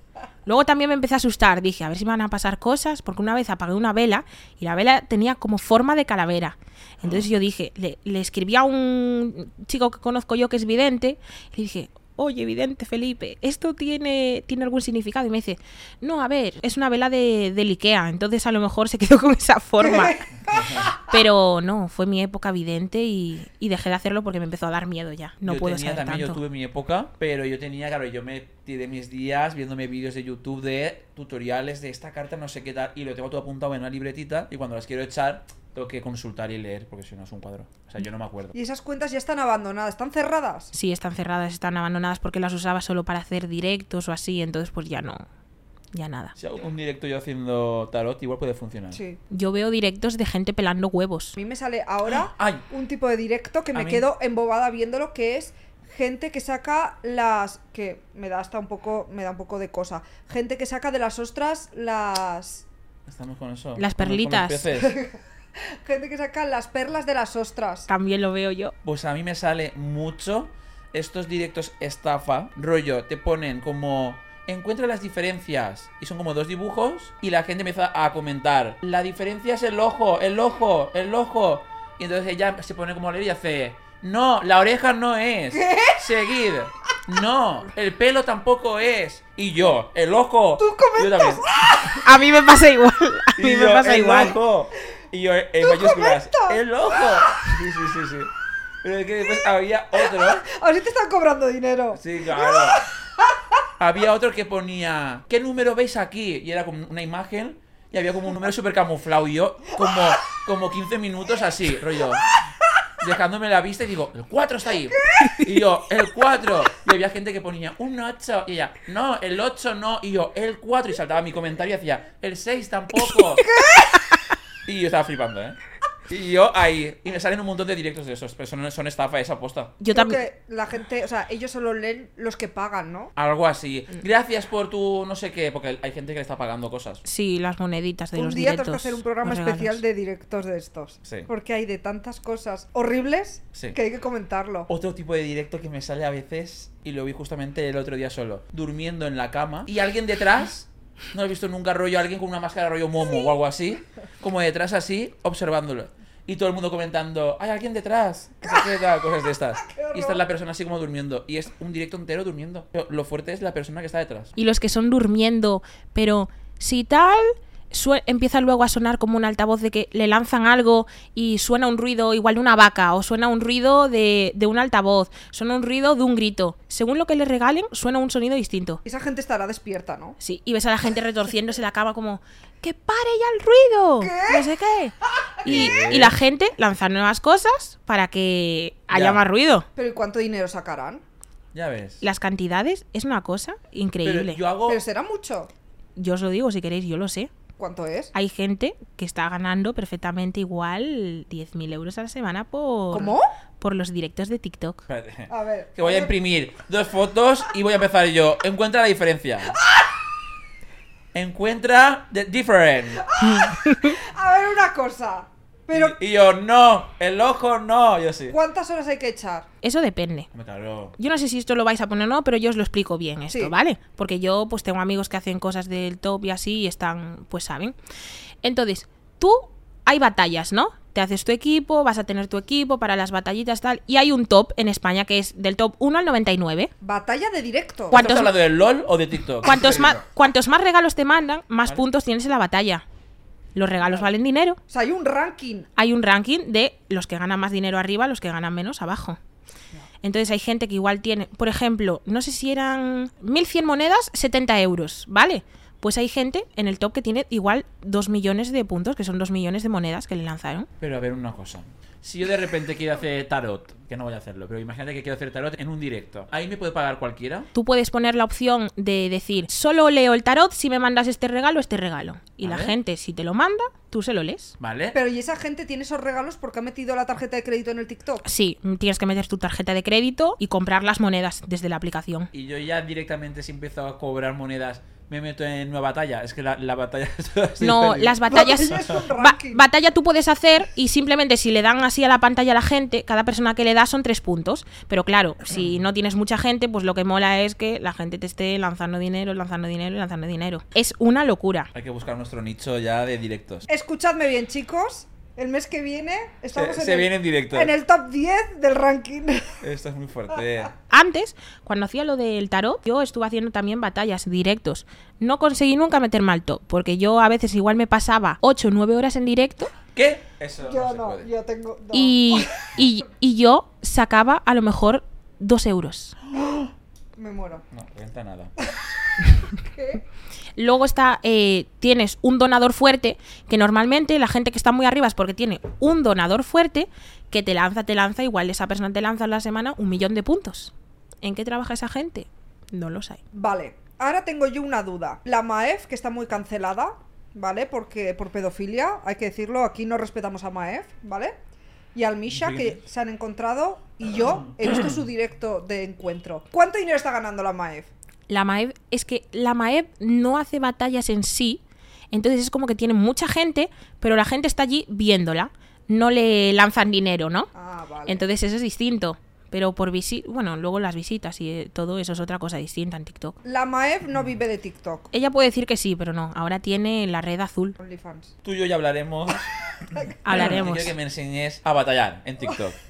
Speaker 4: Luego también me empecé a asustar, dije, a ver si me van a pasar cosas, porque una vez apagué una vela y la vela tenía como forma de calavera. Entonces yo dije, le, le escribí a un chico que conozco yo que es vidente, y le dije, oye, vidente Felipe, ¿esto tiene, tiene algún significado? Y me dice, no, a ver, es una vela de, del Ikea, entonces a lo mejor se quedó con esa forma. Pero no, fue mi época vidente y, y dejé de hacerlo porque me empezó a dar miedo ya. No
Speaker 3: yo
Speaker 4: puedo
Speaker 3: tenía
Speaker 4: saber
Speaker 3: también, yo
Speaker 4: tanto.
Speaker 3: tuve mi época, pero yo tenía, claro, yo me tiré mis días viéndome vídeos de YouTube de tutoriales de esta carta, no sé qué tal, y lo tengo todo apuntado en una libretita, y cuando las quiero echar, tengo que consultar y leer, porque si no es un cuadro. O sea, yo no me acuerdo.
Speaker 2: Y esas cuentas ya están abandonadas, están cerradas.
Speaker 4: Sí, están cerradas, están abandonadas porque las usaba solo para hacer directos o así, entonces pues ya no, ya nada.
Speaker 3: Si hago un directo yo haciendo tarot, igual puede funcionar.
Speaker 2: Sí.
Speaker 4: Yo veo directos de gente pelando huevos.
Speaker 2: A mí me sale ahora
Speaker 3: ¡Ay!
Speaker 2: un tipo de directo que
Speaker 3: A
Speaker 2: me
Speaker 3: mí-
Speaker 2: quedo embobada viéndolo, que es gente que saca las. que me da hasta un poco. me da un poco de cosa. Gente que saca de las ostras las.
Speaker 3: Estamos con eso.
Speaker 4: Las
Speaker 3: con- con los
Speaker 4: perlitas.
Speaker 3: peces.
Speaker 2: Gente que saca las perlas de las ostras.
Speaker 4: También lo veo yo.
Speaker 3: Pues a mí me sale mucho estos directos estafa. Rollo, te ponen como. Encuentra las diferencias. Y son como dos dibujos. Y la gente empieza a comentar. La diferencia es el ojo, el ojo, el ojo. Y entonces ella se pone como a leer y hace. No, la oreja no es. Seguid. No, el pelo tampoco es. Y yo, el ojo. Tú comentas.
Speaker 4: A mí me pasa igual. A mí
Speaker 3: Y
Speaker 4: me
Speaker 3: yo,
Speaker 4: pasa
Speaker 3: el
Speaker 4: igual.
Speaker 3: ojo. Y yo, en mayúsculas, el ojo. Sí, sí, sí, sí. Pero es que después había otro.
Speaker 2: Ahora sí te están cobrando dinero.
Speaker 3: Sí, claro. Había otro que ponía, ¿qué número veis aquí? Y era como una imagen. Y había como un número súper camuflado. Y yo, como, como 15 minutos así, rollo. Dejándome la vista y digo, el 4 está ahí. Y yo, el 4. Y había gente que ponía, un 8. Y ella, no, el 8 no. Y yo, el 4. Y saltaba mi comentario y hacía, el 6 tampoco. Y yo estaba flipando, ¿eh? Y yo ahí. Y me salen un montón de directos de esos. Pero son, son estafa esa aposta.
Speaker 2: Creo
Speaker 4: Yo también.
Speaker 2: que la gente, o sea, ellos solo leen los que pagan, ¿no?
Speaker 3: Algo así. Gracias por tu no sé qué, porque hay gente que le está pagando cosas.
Speaker 4: Sí, las moneditas de
Speaker 2: un
Speaker 4: los
Speaker 2: día
Speaker 4: directos.
Speaker 2: tenemos que hacer un programa
Speaker 4: los regalos.
Speaker 2: especial de directos de estos.
Speaker 3: Sí.
Speaker 2: Porque hay de tantas cosas horribles
Speaker 3: Sí.
Speaker 2: que hay que comentarlo.
Speaker 3: Otro tipo de directo que me sale a veces, y lo vi justamente el otro día solo, durmiendo en la cama, y alguien detrás, no he visto nunca rollo, alguien con una máscara rollo momo o algo así, como detrás así, observándolo. Y todo el mundo comentando, hay alguien detrás, no sé qué tal, cosas de estas. Y está la persona así como durmiendo, y es un directo entero durmiendo. Pero lo fuerte es la persona que está detrás.
Speaker 4: Y los que son durmiendo, pero si tal, sue- empieza luego a sonar como un altavoz de que le lanzan algo y suena un ruido igual de una vaca o suena un ruido de, de un altavoz, suena un ruido de un grito. Según lo que le regalen, suena un sonido distinto.
Speaker 2: Esa gente estará despierta, ¿no?
Speaker 4: Sí, y ves a la gente retorciéndose la cama como, ¡que pare ya el ruido! No sé qué. Y, y la gente lanza nuevas cosas para que haya
Speaker 3: Ya.
Speaker 4: más ruido.
Speaker 2: Pero ¿y cuánto dinero sacarán?
Speaker 3: Ya ves.
Speaker 4: Las cantidades es una cosa
Speaker 3: Pero
Speaker 4: increíble.
Speaker 3: yo hago...
Speaker 2: Pero será mucho.
Speaker 4: yo os lo digo si queréis, yo lo sé.
Speaker 2: ¿Cuánto es?
Speaker 4: hay gente que está ganando perfectamente igual 10.000 euros a la semana por,
Speaker 2: ¿Cómo?
Speaker 4: por los directos de TikTok.
Speaker 3: Espérate.
Speaker 2: A ver.
Speaker 3: Que voy a imprimir dos fotos y voy a empezar yo. Encuentra la diferencia. Encuentra the different.
Speaker 2: A ver una cosa. Pero-
Speaker 3: Y, y yo, no, el ojo no. Yo sí.
Speaker 2: ¿Cuántas horas hay que echar?
Speaker 4: Eso depende.
Speaker 3: Me claro.
Speaker 4: Yo no sé si esto lo vais a poner o no, pero yo os lo explico bien esto,
Speaker 2: Sí.
Speaker 4: ¿vale? Porque yo pues tengo amigos que hacen cosas del top y así y están, pues saben. Entonces, tú hay batallas, ¿no? Te haces tu equipo, vas a tener tu equipo para las batallitas tal y hay un top en España que es del top 1 al 99.
Speaker 2: Batalla de directo.
Speaker 4: ¿Cuántos-
Speaker 3: ¿Estás hablando del LOL o de TikTok?
Speaker 4: Cuantos
Speaker 5: serio?
Speaker 4: más, cuantos más regalos te mandan, más
Speaker 3: Vale.
Speaker 4: puntos tienes en la batalla. Los regalos valen dinero.
Speaker 2: O sea, hay un ranking.
Speaker 4: hay un ranking de los que ganan más dinero arriba, los que ganan menos abajo. Entonces hay gente que igual tiene, por ejemplo, no sé si eran 1.100 monedas, 70 euros, ¿vale? Pues hay gente en el top que tiene igual 2 millones de puntos, que son 2 millones de monedas que le lanzaron.
Speaker 3: Pero a ver una cosa. Si yo de repente quiero hacer tarot, que no voy a hacerlo, pero imagínate que quiero hacer tarot en un directo. ¿Ahí me puede pagar cualquiera?
Speaker 4: Tú puedes poner la opción de decir, solo leo el tarot si me mandas este regalo, este regalo. Y la
Speaker 3: Vale.
Speaker 4: gente, si te lo manda, tú se lo lees.
Speaker 3: ¿Vale?
Speaker 2: Pero ¿y esa gente tiene esos regalos porque ha metido la tarjeta de crédito en el TikTok?
Speaker 4: Sí, tienes que meter tu tarjeta de crédito y comprar las monedas desde la aplicación.
Speaker 3: Y yo ya directamente si empiezo a cobrar monedas, me meto en una batalla. Es que la, la batalla es toda así
Speaker 4: No,
Speaker 3: feliz.
Speaker 4: las batallas.
Speaker 2: Batalla es un
Speaker 4: ba-
Speaker 2: ranking.
Speaker 4: batalla tú puedes hacer y simplemente si le dan así a la pantalla a la gente, cada persona que le da son tres puntos. Pero claro, si no tienes mucha gente, pues lo que mola es que la gente te esté lanzando dinero, lanzando dinero, lanzando dinero. Es una locura.
Speaker 3: Hay que buscar nuestro nicho ya de directos.
Speaker 2: Escuchadme bien, chicos. El mes que viene estamos
Speaker 3: Se-
Speaker 2: en,
Speaker 3: se
Speaker 2: el,
Speaker 3: viene en directo.
Speaker 2: en el top 10 del ranking.
Speaker 3: Esto es muy fuerte.
Speaker 4: Antes, cuando hacía lo del tarot, yo estuve haciendo también batallas directos. No conseguí nunca meterme al top, porque yo a veces igual me pasaba 8 o 9 horas en directo
Speaker 3: ¿Qué? Eso no
Speaker 2: yo
Speaker 3: se
Speaker 2: no,
Speaker 3: puede.
Speaker 2: yo tengo. no.
Speaker 4: y, y, y yo sacaba a lo mejor 2 euros.
Speaker 2: Me muero.
Speaker 3: No, cuenta nada.
Speaker 2: ¿Qué?
Speaker 4: Luego está, eh, tienes un donador fuerte, que normalmente la gente que está muy arriba es porque tiene un donador fuerte que te lanza, te lanza, igual esa persona te lanza a la semana un millón de puntos. ¿En qué trabaja esa gente? No lo sé.
Speaker 2: Vale, ahora tengo yo una duda. La MAEF, que está muy cancelada, ¿vale? Porque por pedofilia, hay que decirlo, aquí no respetamos a MAEF, ¿vale? Y al Misha, que
Speaker 3: Entiendo.
Speaker 2: se han encontrado, y yo he visto su directo de encuentro. ¿Cuánto dinero está ganando la MAEF?
Speaker 4: La Maeb, es que la Maeb no hace batallas en sí, entonces es como que tiene mucha gente, pero la gente está allí viéndola. No le lanzan dinero, ¿no?
Speaker 2: Ah, vale.
Speaker 4: Entonces eso es distinto. Pero por visita, bueno, luego las visitas y eh, todo eso es otra cosa distinta en TikTok.
Speaker 2: La MAEF no vive de TikTok.
Speaker 4: Ella puede decir que sí, pero no. Ahora tiene la red azul.
Speaker 2: OnlyFans.
Speaker 3: Tú y yo ya hablaremos.
Speaker 4: Hablaremos.
Speaker 3: Yo quiero que me enseñes a batallar en TikTok.
Speaker 4: Ah,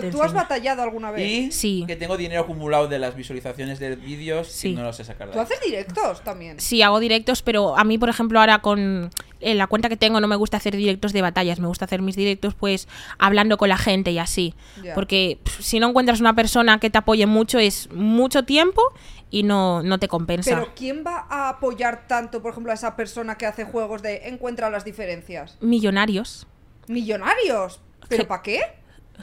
Speaker 2: Pero
Speaker 4: te
Speaker 2: tú has
Speaker 4: enseño.
Speaker 2: batallado alguna vez.
Speaker 3: Y
Speaker 4: Sí.
Speaker 3: que tengo dinero acumulado de las visualizaciones de vídeos
Speaker 4: Sí.
Speaker 3: y no lo sé sacar de
Speaker 2: Tú
Speaker 3: ahí.
Speaker 2: haces directos también.
Speaker 4: Sí, hago directos, pero a mí, por ejemplo, ahora con en la cuenta que tengo no me gusta hacer directos de batallas, me gusta hacer mis directos pues hablando con la gente y así.
Speaker 2: Ya.
Speaker 4: Porque pf, si no encuentras una persona que te apoye mucho es mucho tiempo y no, no te compensa.
Speaker 2: Pero ¿quién va a apoyar tanto, por ejemplo, a esa persona que hace juegos de encuentra las diferencias?
Speaker 4: Millonarios,
Speaker 2: Millonarios.
Speaker 4: Je-
Speaker 2: ¿Pero para qué?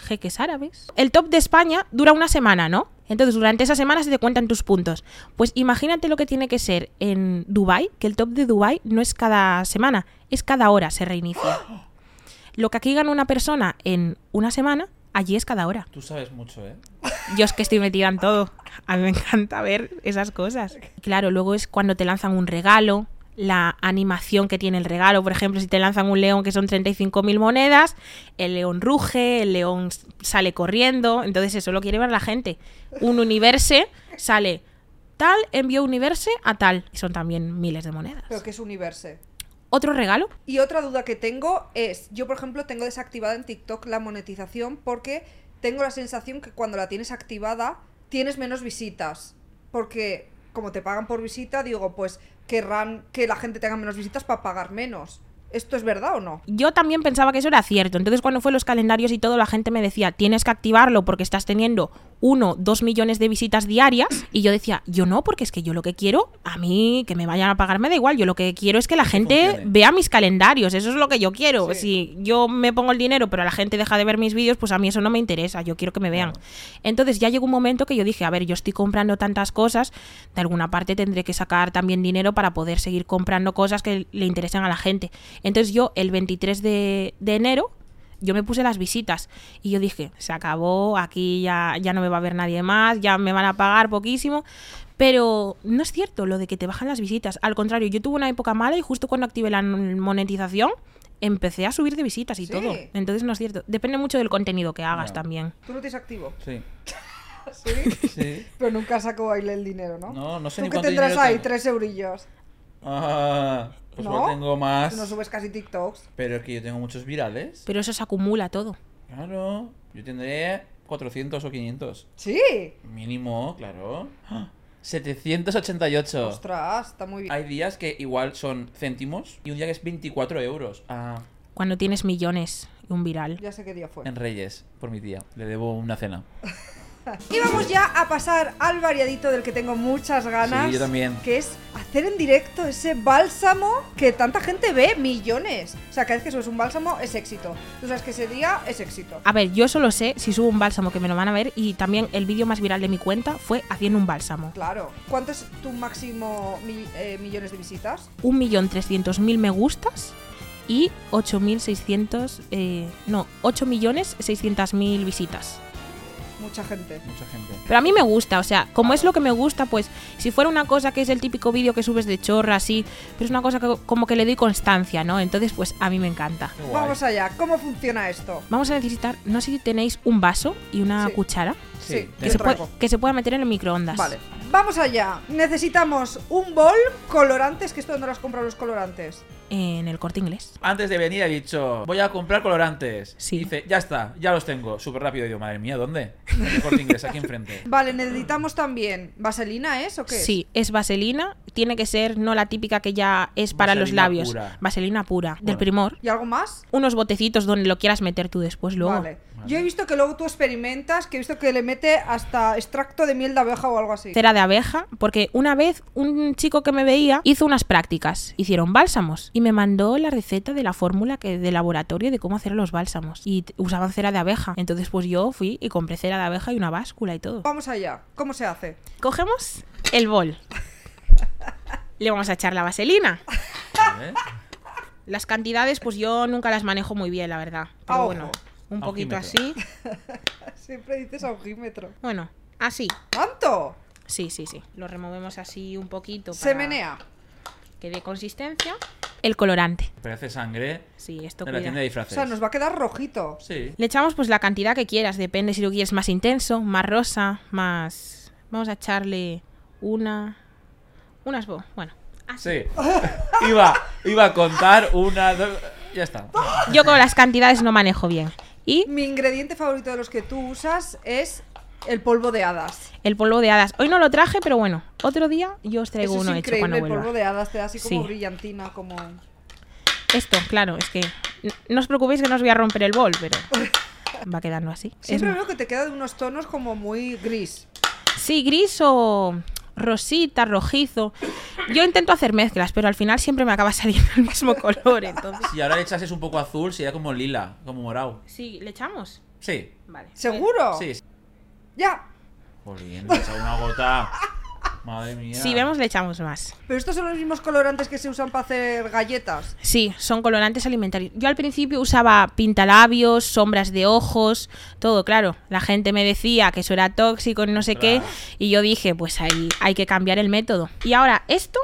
Speaker 4: jeques árabes. El top de España dura una semana, ¿no? Entonces durante esa semana se te cuentan tus puntos. Pues imagínate lo que tiene que ser en Dubai, que el top de Dubai no es cada semana, es cada hora se reinicia. Lo que aquí gana una persona en una semana, allí es cada hora.
Speaker 3: Tú sabes mucho, ¿eh?
Speaker 4: Yo es que estoy metida en todo. A mí me encanta ver esas cosas. Claro, luego es cuando te lanzan un regalo, la animación que tiene el regalo. Por ejemplo, si te lanzan un león que son 35.000 monedas, el león ruge, el león s- sale corriendo. Entonces eso lo quiere ver la gente. Un universe sale tal, envió universe a tal. Y son también miles de monedas.
Speaker 2: Pero que es universe.
Speaker 4: Otro regalo,
Speaker 2: Y otra duda que tengo es, yo por ejemplo tengo desactivada en TikTok la monetización porque tengo la sensación que cuando la tienes activada tienes menos visitas. Porque como te pagan por visita, digo, pues querrán que la gente tenga menos visitas para pagar menos. ¿Esto es verdad o no?
Speaker 4: yo también pensaba que eso era cierto. Entonces, cuando fue los calendarios y todo, la gente me decía, tienes que activarlo porque estás teniendo uno, dos millones de visitas diarias. Y yo decía, yo no, porque es que yo lo que quiero, a mí que me vayan a pagar me da igual. Yo lo que quiero es que la gente
Speaker 3: funcione.
Speaker 4: vea mis calendarios. Eso es lo que yo quiero.
Speaker 2: Sí.
Speaker 4: Si yo me pongo el dinero, pero la gente deja de ver mis vídeos, pues a mí eso no me interesa. Yo quiero que me vean. Entonces, ya llegó un momento que yo dije, a ver, yo estoy comprando tantas cosas, de alguna parte tendré que sacar también dinero para poder seguir comprando cosas que le interesen a la gente. Entonces, yo el 23 de, de enero yo me puse las visitas y yo dije, se acabó, aquí ya, ya no me va a ver nadie más, ya me van a pagar poquísimo. Pero no es cierto lo de que te bajan las visitas. Al contrario, yo tuve una época mala y justo cuando activé la n- monetización, empecé a subir de visitas y
Speaker 2: Sí.
Speaker 4: todo. Entonces no es cierto. Depende mucho del contenido que hagas
Speaker 3: Ya.
Speaker 4: también.
Speaker 2: Tú no tienes activo.
Speaker 3: Sí.
Speaker 2: Sí.
Speaker 3: Sí.
Speaker 2: Pero nunca sacó baile el dinero, ¿no?
Speaker 3: No, no sé
Speaker 2: ¿Tú
Speaker 3: ni
Speaker 2: qué
Speaker 3: cuánto
Speaker 2: tendrás
Speaker 3: dinero
Speaker 2: ahí?
Speaker 3: tengo.
Speaker 2: Tres eurillos.
Speaker 3: Ah, pues
Speaker 2: ¿No?
Speaker 3: igual tengo más.
Speaker 2: Tú no subes casi TikToks.
Speaker 3: Pero es que yo tengo muchos virales.
Speaker 4: Pero eso se acumula todo.
Speaker 3: Claro. Yo tendré 400 o 500.
Speaker 2: Sí.
Speaker 3: Mínimo, claro. ¡Ah! 788.
Speaker 2: Ostras, está muy bien.
Speaker 3: Ah. Hay días que igual son céntimos y un día que es 24 euros. Ah,
Speaker 4: Cuando tienes millones y un viral.
Speaker 2: Ya sé qué día fue.
Speaker 3: en Reyes, por mi tía. Le debo una cena.
Speaker 2: Y vamos ya a pasar al variadito del que tengo muchas ganas.
Speaker 3: Sí, yo también.
Speaker 2: Que es hacer en directo ese bálsamo que tanta gente ve, millones. O sea, cada vez que subes un bálsamo es éxito. Tú sabes que ese día es éxito.
Speaker 4: A ver, yo solo sé si subo un bálsamo que me lo van a ver y también el vídeo más viral de mi cuenta fue haciendo un bálsamo.
Speaker 2: Claro. ¿Cuánto es tu máximo mi- eh, millones de visitas?
Speaker 4: 1.300.000 me gustas y 8.600... eh, no, 8.600.000 visitas.
Speaker 2: Mucha gente.
Speaker 3: Mucha gente.
Speaker 4: Pero a mí me gusta, o sea, como es lo que me gusta, pues si fuera una cosa que es el típico vídeo que subes de chorra, así, pero es una cosa que como que le doy constancia, ¿no? Entonces, pues a mí me encanta.
Speaker 3: Qué guay.
Speaker 2: Vamos allá. ¿Cómo funciona esto?
Speaker 4: Vamos a necesitar, no sé si tenéis un vaso y una
Speaker 2: Sí.
Speaker 4: cuchara
Speaker 3: Sí,
Speaker 2: Sí,
Speaker 3: que
Speaker 4: que
Speaker 2: yo
Speaker 4: se, puede-
Speaker 2: traigo.
Speaker 4: que se pueda meter en el microondas.
Speaker 2: Vale. Vamos allá. Necesitamos un bol, colorantes, que esto no los compran los colorantes.
Speaker 4: En el corte inglés.
Speaker 3: Antes de venir ha dicho, voy a comprar colorantes.
Speaker 4: Sí.
Speaker 3: Dice, ya está, ya los tengo. Súper rápido. Y yo, madre mía, ¿dónde? En el Corte Inglés, aquí enfrente.
Speaker 2: Vale, necesitamos también. ¿Vaselina es o qué? es?
Speaker 4: Sí, es vaselina, tiene que ser no la típica que ya es para los
Speaker 3: Vaselina
Speaker 4: labios,
Speaker 3: pura.
Speaker 4: vaselina pura, del
Speaker 3: Bueno.
Speaker 4: primor.
Speaker 2: ¿Y algo más?
Speaker 4: Unos botecitos donde lo quieras meter tú después luego.
Speaker 2: Vale. Yo he visto que luego tú experimentas, que he visto que le mete hasta extracto de miel de abeja o algo así.
Speaker 4: cera de abeja, porque una vez un chico que me veía hizo unas prácticas, hicieron bálsamos y me mandó la receta de la fórmula que de laboratorio de cómo hacer los bálsamos y t- usaban cera de abeja. Entonces pues yo fui y compré cera de abeja y una báscula y todo.
Speaker 2: Vamos allá. ¿Cómo se hace?
Speaker 4: Cogemos el bol. Le vamos a echar la vaselina.
Speaker 3: ¿eh?
Speaker 4: Las cantidades pues yo nunca las manejo muy bien, la verdad.
Speaker 2: A
Speaker 4: Pero
Speaker 2: ojo.
Speaker 4: bueno, un
Speaker 3: A
Speaker 4: poquito así.
Speaker 3: ojímetro.
Speaker 2: Siempre dices augímetro.
Speaker 4: Bueno, así.
Speaker 2: ¿Cuánto?
Speaker 4: Sí, sí, sí. Lo removemos así un poquito.
Speaker 2: Se
Speaker 4: para
Speaker 2: menea.
Speaker 4: Que dé consistencia. El colorante.
Speaker 3: Parece sangre
Speaker 4: Sí, esto
Speaker 3: en la
Speaker 4: cuida.
Speaker 3: tienda de
Speaker 2: O
Speaker 3: disfraces.
Speaker 2: sea, nos va a quedar rojito.
Speaker 3: Sí.
Speaker 4: Le echamos pues la cantidad que quieras, depende si lo quieres más intenso, más rosa, más... Vamos a echarle una... Unas... bo- Bueno.
Speaker 2: Ah,
Speaker 3: Sí. Iba, iba a contar una, dos... Ya está.
Speaker 4: Yo con las cantidades no manejo bien. Y
Speaker 2: Mi ingrediente favorito de los que tú usas es el polvo de hadas.
Speaker 4: el polvo de hadas. Hoy no lo traje, pero bueno, otro día yo os traigo
Speaker 2: Eso
Speaker 4: uno
Speaker 2: es
Speaker 4: hecho
Speaker 2: increíble,
Speaker 4: cuando
Speaker 2: el
Speaker 4: vuelva.
Speaker 2: polvo de hadas te da así como
Speaker 4: Sí.
Speaker 2: brillantina, como...
Speaker 4: Esto, claro, es que... n- No os preocupéis que no os voy a romper el bol, pero... Va quedando así. Es
Speaker 2: Siempre
Speaker 4: mo-
Speaker 2: veo que te queda de unos tonos como muy gris.
Speaker 4: Sí, gris o rosita, rojizo. Yo intento hacer mezclas, pero al final siempre me acaba saliendo el mismo color, entonces...
Speaker 3: Si ahora le echases un poco azul, sería como lila, como morado.
Speaker 4: Sí, ¿le echamos?
Speaker 3: Sí.
Speaker 4: Vale.
Speaker 2: ¿Seguro?
Speaker 3: Sí. sí.
Speaker 2: Ya.
Speaker 3: Por bien, le he echado una gota. Madre mía.
Speaker 4: Eh, Si vemos, le echamos más.
Speaker 2: Pero estos son los mismos colorantes que se usan para hacer galletas.
Speaker 4: Sí, son colorantes alimentarios. Yo al principio usaba pintalabios, sombras de ojos, todo, claro. La gente me decía que eso era tóxico, no sé qué,
Speaker 3: Claro.
Speaker 4: y yo dije, pues ahí hay que cambiar el método. Y ahora esto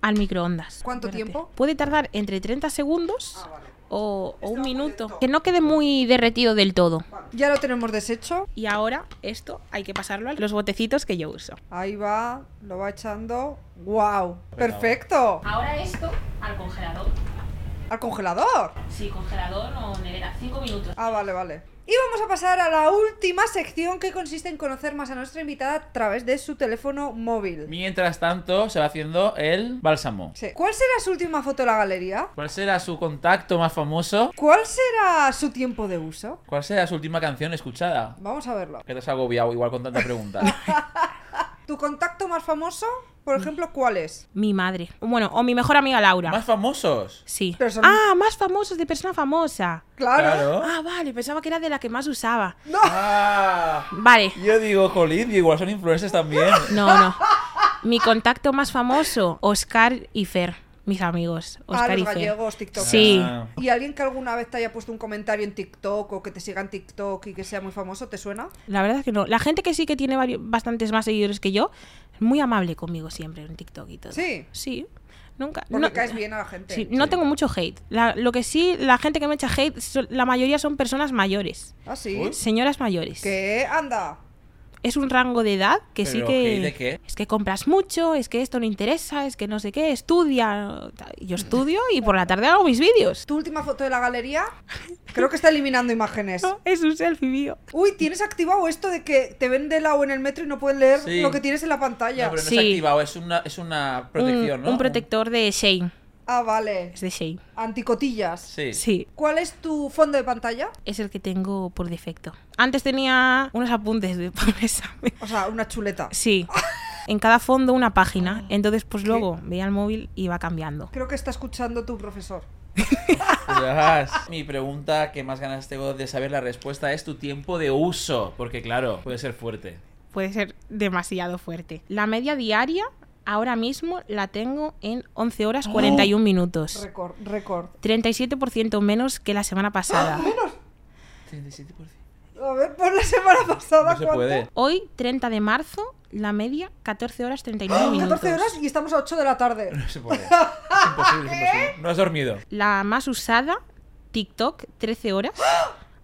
Speaker 4: al microondas.
Speaker 2: ¿Cuánto tiempo? Ah,
Speaker 4: Puede tardar entre 30 segundos o, o un minuto.
Speaker 2: lento.
Speaker 4: Que no quede muy derretido del todo.
Speaker 2: Ya lo tenemos deshecho.
Speaker 4: Y ahora esto hay que pasarlo a los botecitos que yo uso.
Speaker 2: Ahí va, lo va echando. ¡Wow! ¡Perfecto!
Speaker 4: Ahora esto al congelador.
Speaker 2: ¡Al congelador!
Speaker 4: Sí, congelador o nevera. 5 minutos.
Speaker 2: Ah, vale, vale. Y vamos a pasar a la última sección que consiste en conocer más a nuestra invitada a través de su teléfono móvil.
Speaker 3: Mientras tanto, se va haciendo el bálsamo.
Speaker 2: Sí. ¿Cuál será su última foto de la galería?
Speaker 3: ¿Cuál será su contacto más famoso?
Speaker 2: ¿Cuál será su tiempo de uso?
Speaker 3: ¿Cuál será su última canción escuchada?
Speaker 2: Vamos a verlo.
Speaker 3: Que te has agobiado igual con tanta pregunta.
Speaker 2: ¿Tu contacto más famoso, por ejemplo, cuál es?
Speaker 4: Mi madre. Bueno, o mi mejor amiga Laura.
Speaker 3: ¿Más famosos?
Speaker 4: Sí.
Speaker 2: Pero son-
Speaker 4: Ah, más famosos de persona famosa.
Speaker 2: Claro.
Speaker 4: Ah, vale, pensaba que era de la que más usaba.
Speaker 3: Ah,
Speaker 4: Vale.
Speaker 3: yo digo, jolín, igual son influencers también.
Speaker 4: No, no. Mi contacto más famoso, Oscar y Fer, mis amigos.
Speaker 2: A
Speaker 4: Oscar y
Speaker 2: Ah, los
Speaker 4: Fer.
Speaker 2: gallegos, TikTok.
Speaker 4: Sí.
Speaker 3: Ah,
Speaker 2: ¿Y alguien que alguna vez te haya puesto un comentario en TikTok o que te siga en TikTok y que sea muy famoso, te suena?
Speaker 4: La verdad es que no. La gente que sí que tiene vario- bastantes más seguidores que yo, muy amable conmigo siempre en TikTok y todo.
Speaker 2: Sí.
Speaker 4: Sí. nunca.
Speaker 2: Porque
Speaker 4: No-
Speaker 2: caes bien a la gente.
Speaker 4: Sí, no tengo mucho hate. La- lo que sí, la gente que me echa hate, so- la mayoría son personas mayores.
Speaker 2: ¿Ah, sí?
Speaker 3: Uy.
Speaker 4: Señoras mayores.
Speaker 2: ¿Qué? Anda.
Speaker 4: Es un rango de edad que sí
Speaker 3: ¿Pero
Speaker 4: que...
Speaker 3: hate de qué?
Speaker 4: Es que compras mucho, es que esto no interesa, es que no sé qué, estudia. Yo estudio y por la tarde hago mis vídeos.
Speaker 2: Tu última foto de la galería, creo que está eliminando imágenes.
Speaker 4: Es un selfie mío.
Speaker 2: Uy, tienes activado esto de que te ven de lado en el metro y no pueden leer
Speaker 3: Sí.
Speaker 2: lo que tienes en la
Speaker 3: No,
Speaker 2: pantalla.
Speaker 3: pero no
Speaker 4: Sí.
Speaker 3: está activado, es una, es una protección,
Speaker 4: un,
Speaker 3: ¿no?
Speaker 4: un protector de Shane.
Speaker 2: Ah, vale.
Speaker 4: Es de Shane.
Speaker 2: Anticotillas.
Speaker 3: Sí.
Speaker 4: Sí.
Speaker 2: ¿Cuál es tu fondo de pantalla?
Speaker 4: Es el que tengo por defecto. Antes tenía unos apuntes de para un examen.
Speaker 2: O sea, una chuleta.
Speaker 4: Sí. En cada fondo una página. Entonces, pues luego veía el móvil y iba cambiando.
Speaker 2: Creo que está escuchando tu profesor.
Speaker 3: Verás. Mi pregunta que más ganas tengo de saber la respuesta es tu tiempo de uso. Porque, claro, puede ser fuerte.
Speaker 4: Puede ser demasiado fuerte. La media diaria ahora mismo la tengo en 11 horas
Speaker 2: Oh.
Speaker 4: 41 minutos.
Speaker 2: Récord, récord.
Speaker 4: 37% menos que la semana pasada.
Speaker 2: Menos.
Speaker 3: 37%.
Speaker 2: A ver, por la semana pasada,
Speaker 3: No se
Speaker 2: ¿cuánto?
Speaker 3: puede.
Speaker 4: Hoy, 30 de marzo, la media 14 horas 39 minutos.
Speaker 2: 14 horas y estamos a 8 de la tarde.
Speaker 3: No se puede. Es imposible, es imposible. No has dormido.
Speaker 4: La más usada, TikTok, 13 horas.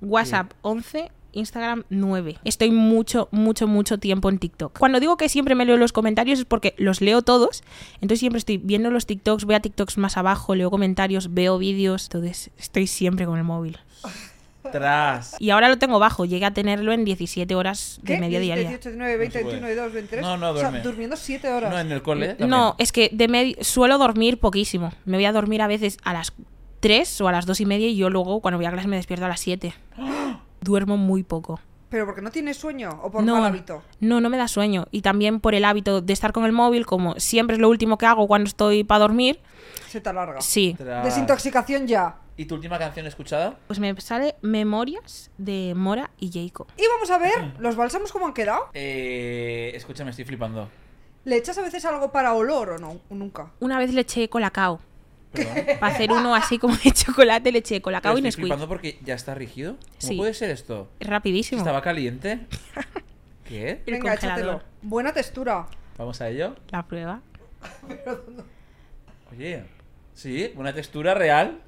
Speaker 4: WhatsApp, 11. Instagram 9. Estoy mucho, mucho, mucho tiempo en TikTok. Cuando digo que siempre me leo los comentarios es porque los leo todos. Entonces siempre estoy viendo los TikToks, voy a TikToks más abajo, leo comentarios, veo vídeos. Entonces estoy siempre con el móvil.
Speaker 3: Tras.
Speaker 4: Y ahora lo tengo bajo. Llegué a tenerlo en 17 horas de
Speaker 2: ¿Qué?
Speaker 4: media
Speaker 2: 10,
Speaker 4: diaria.
Speaker 2: 18, 19, 20,
Speaker 3: No se puede.
Speaker 2: 21, 22, 23.
Speaker 3: No, no,
Speaker 2: O sea,
Speaker 3: duerme.
Speaker 2: durmiendo 7 horas.
Speaker 3: No, en el cole. ¿eh? también.
Speaker 4: No, es que de medi- suelo dormir poquísimo. Me voy a dormir a veces a las 3 o a las 2 y media y yo luego cuando voy a clase me despierto a las 7. Duermo muy poco.
Speaker 2: ¿Pero porque no tienes sueño o por
Speaker 4: no,
Speaker 2: mal hábito?
Speaker 4: no, no me da sueño. Y también por el hábito de estar con el móvil, como siempre es lo último que hago cuando estoy para dormir.
Speaker 2: Se te alarga.
Speaker 4: Sí.
Speaker 3: Tras.
Speaker 2: Desintoxicación ya.
Speaker 3: ¿Y tu última canción escuchada?
Speaker 4: Pues me sale Memorias de Mora y Jacob.
Speaker 2: Y vamos a ver los bálsamos cómo han quedado.
Speaker 3: Eh, escúchame, estoy flipando.
Speaker 2: ¿Le echas a veces algo para olor o no? O Nunca.
Speaker 4: Una vez le eché colacao.
Speaker 3: Perdón.
Speaker 4: Para hacer uno así como de chocolate, le eché
Speaker 3: Pero
Speaker 4: colacao y
Speaker 3: estoy
Speaker 4: Nesquik.
Speaker 3: flipando porque ya está rígido. ¿Cómo
Speaker 4: Sí.
Speaker 3: puede ser esto?
Speaker 4: Rapidísimo.
Speaker 3: ¿Estaba caliente? ¿Qué?
Speaker 4: El
Speaker 2: Venga,
Speaker 4: congelador.
Speaker 2: échatelo. Buena textura.
Speaker 3: Vamos a ello.
Speaker 4: La prueba.
Speaker 3: Oye, sí, una textura real.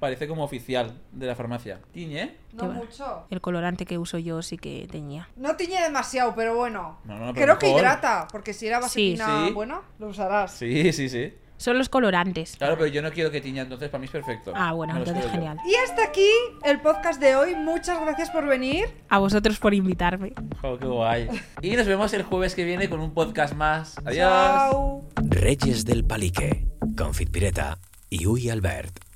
Speaker 3: Parece como oficial de la farmacia. Tiñe.
Speaker 2: No
Speaker 4: va.
Speaker 2: mucho.
Speaker 4: El colorante que uso yo sí que tenía.
Speaker 2: No tiñe demasiado, pero bueno.
Speaker 3: No, no, pero
Speaker 2: Creo que
Speaker 3: mejor.
Speaker 2: hidrata, porque si era vaselina
Speaker 3: Sí.
Speaker 2: buena, lo usarás.
Speaker 3: Sí, sí, sí.
Speaker 4: Son los colorantes.
Speaker 3: Claro, pero yo no quiero que tiña, entonces para mí es perfecto.
Speaker 4: Ah, bueno,
Speaker 3: Me los
Speaker 4: entonces
Speaker 3: quedo yo.
Speaker 4: genial.
Speaker 2: Y hasta aquí el podcast de hoy. Muchas gracias por venir.
Speaker 4: A vosotros por invitarme.
Speaker 3: Jo, qué guay. Y nos vemos el jueves que viene con un podcast más. Adiós.
Speaker 2: Chao.
Speaker 1: Reyes del Palique, Confit Pireta y Uy Albert.